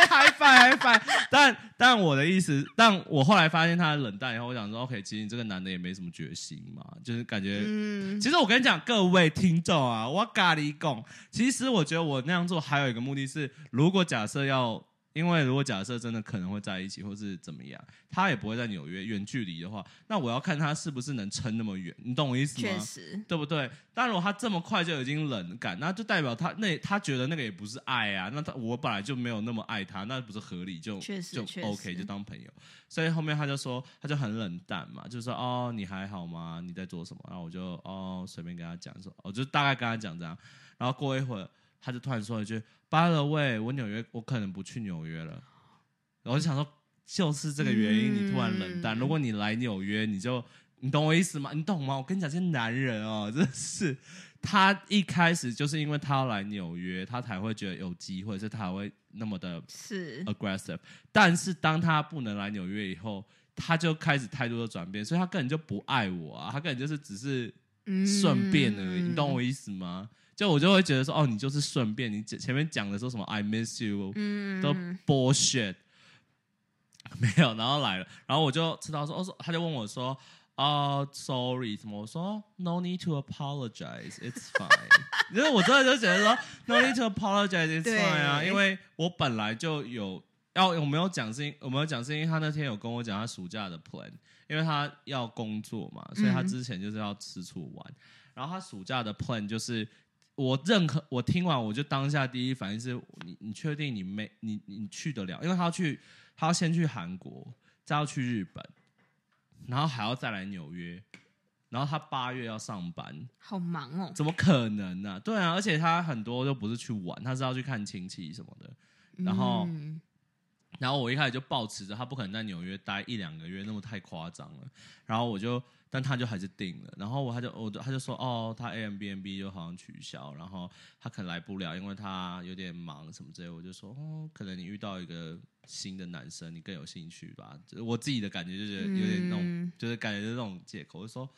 S1: 嗨翻嗨翻！但但我的意思，但我后来发现他冷淡以后，我想说，OK，其实你这个男的也没什么决心嘛，就是感觉。
S2: 嗯，
S1: 其实我跟你讲，各位听众啊，我咖喱贡。其实我觉得我那样做还有一个目的是，如果假设要，因为如果假设真的可能会在一起，或是怎么样，他也不会在纽约远距离的话，那我要看他是不是能撑那么远，你懂我意思吗？
S2: 确实，
S1: 对不对？但如果他这么快就已经冷感，那就代表他那他觉得那个也不是爱啊。那他我本来就没有那么爱他，那不是合理就
S2: 确实确实
S1: 就 OK 就当朋友。所以后面他就说他就很冷淡嘛，就说哦你还好吗？你在做什么？然后我就哦随便跟他讲说，我、就大概跟他讲这样。然后过一会儿他就突然说一句，By the way，我纽约我可能不去纽约了。然后我就想说就是这个原因，你突然冷淡。
S2: 嗯
S1: 如果你来纽约，你就你懂我意思吗？你懂吗？我跟你讲，这些男人哦， 真的是他一开始就是因为他要来纽约，他才会觉得有机会，所以他才会那么的
S2: 是
S1: aggressive。但是当他不能来纽约以后，他就开始态度的转变，所以他根本就不爱我啊，他根本就是只是呃顺便而已，
S2: 嗯
S1: 你懂我意思吗？就我就会觉得说，哦，你就是顺便，你前前面讲的说什么 I miss you，
S2: 嗯，
S1: 都
S2: 嗯
S1: bullshit，没有，然后来了，然后我就知道说，哦，说他就问我说，哦、s o r r y 什么？我说 No need to apologize，it's fine。因为我真的就觉得说 No need to apologize，it's
S2: 对
S1: fine 啊，因为我本来就有要我没有讲是因，我没有讲是因为他那天有跟我讲他暑假的 plan，因为他要工作嘛，所以他
S2: 嗯
S1: 之前就是要吃醋玩，然后他暑假的 plan 就是我任何我听完，我就当下第一反应是你你确定你没你你去得了？因为他要去，他要先去韩国，再要去日本，然后还要再来纽约，然后他八月要上班，
S2: 好忙哦。
S1: 怎么可能呢、对啊，而且他很多都不是去玩，他是要去看亲戚什么的。然后
S2: 嗯
S1: 然后我一开始就抱持着他不可能在纽约待一两个月，那么太夸张了。然后我就，但他就还是定了。然后我他就我就他就说，哦，他 A M B N B 就好像取消，然后他可能来不了，因为他有点忙什么之类的。我就说，哦，可能你遇到一个新的男生，你更有兴趣吧。就是我自己的感觉就觉得有点那种，
S2: 嗯
S1: 就是感觉就是那种借口。我就说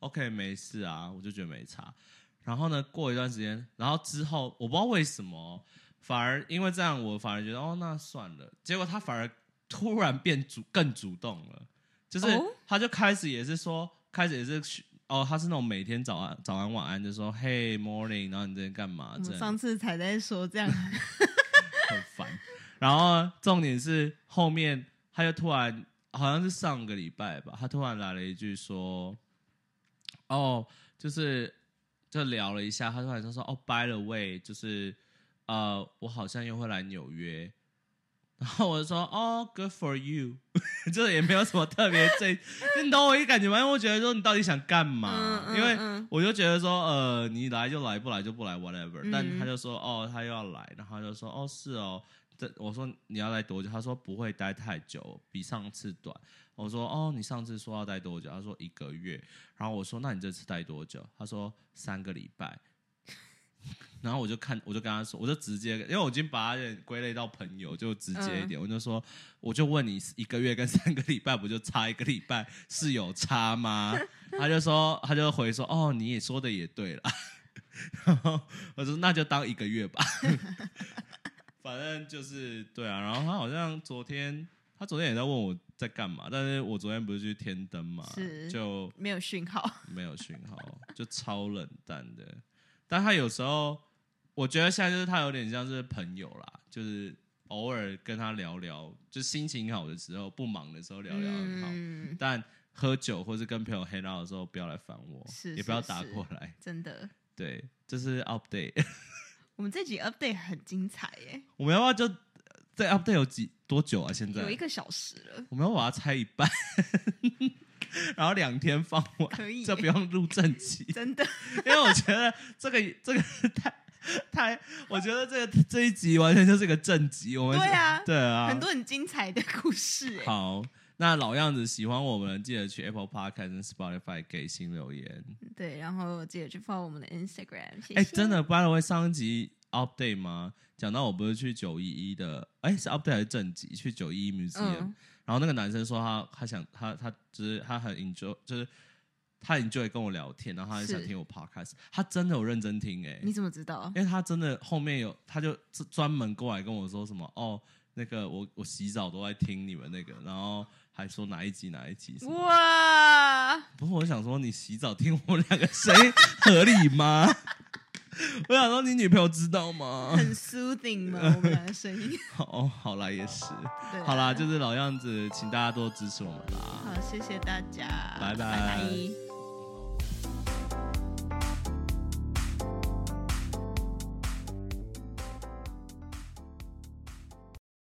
S1: ，OK，没事啊，我就觉得没差。然后呢，过一段时间，然后之后我不知道为什么，反而因为这样，我反而觉得哦，那算了。结果他反而突然变主更主动了，就是
S2: 哦
S1: 他就开始也是说，开始也是去哦，他是那种每天早安早安晚安就说 Hey morning，然后你今天干
S2: 我
S1: 嘛？啊这
S2: 们
S1: 样
S2: 上次才在说这样，
S1: 很烦。然后重点是后面他就突然好像是上个礼拜吧，他突然来了一句说，哦，就是就聊了一下，他突然就说，哦，by the way，就是呃，我好像又会来纽约。然后我就说，哦，good for you，就是 也没有什么特别这，你懂我一感觉吗？因为我觉得说你到底想干 嘛？
S2: 嗯嗯
S1: 因为
S2: 嗯
S1: 我就觉得说，呃，你来就来，不来就不来，whatever、
S2: 嗯
S1: 但他就说，哦，他又要来，然后他就说，哦，是哦，这我说你要来多久？他说不会待太久，比上次短。我说，哦，你上次说要待多久？他说一个月。然后我说，那你这次待多久？他说三个礼拜。然后我就看，我就跟他说，我就直接，因为我已经把他归类到朋友，就直接一点，我就说，我就问你一个月跟三个礼拜不就差一个礼拜是有差吗？他就说，他就回说，哦，你也说的也对了。然后我说那就当一个月吧，反正就是对啊。然后他好像昨天，他昨天也在问我在干嘛，但是我昨天不是去天灯嘛，
S2: 是
S1: 就
S2: 没有讯号。
S1: 没有讯号，就超冷淡的。但他有时候，我觉得现在就是他有点像是朋友啦，就是偶尔跟他聊聊，就心情好的时候，不忙的时候聊聊很好。
S2: 嗯，
S1: 但喝酒或是跟朋友黑闹的时候，不要来烦我，
S2: 是
S1: 也不要
S2: 是
S1: 打
S2: 是
S1: 过来。
S2: 真的，
S1: 对，这是 update。
S2: 我们这集 update 很精彩耶，
S1: 我们要不要就这 update 有几多久啊？现在
S2: 有一个小时了，
S1: 我们要把它拆一半， 然后两天放完，
S2: 可以耶
S1: 这不用录正集。
S2: 真的。
S1: 因为我觉得这个这个太太，我觉得这个这一集完全就是一个正集。我们
S2: 对啊
S1: 对啊，
S2: 很多很精彩的故事哎、
S1: 好。那老样子，喜欢我们记得去 Apple Podcast 跟 Spotify 给新留言。
S2: 对，然后记得去 follow 我们的 Instagram，谢谢。
S1: 哎、真，的，by the way，上一集 update 吗？讲到我不是去九一一的，哎、是 update 还是正集？去九一一 museum，、
S2: 嗯
S1: 然后那个男生说他他想他他就是他很 enjoy，就是他 enjoy 跟我聊天，然后他很想
S2: 是
S1: 听我 podcast，他真的有认真听哎、
S2: 你怎么知道？
S1: 因为他真的后面有，他就专专门过来跟我说什么哦，那个我我洗澡都在听你们那个，然后还说哪一集哪一集什么。
S2: 哇，
S1: 不是我想说，你洗澡听我们两个声音合理吗？ 我想说，你女朋友知道吗？
S2: 很 soothing 嘛，我们两个声音。
S1: 哦，好啦，也是，
S2: 对啊
S1: 好啦，就是老样子，请大家多支持我们啦。
S2: 好，谢谢大家，
S1: 拜拜
S2: 拜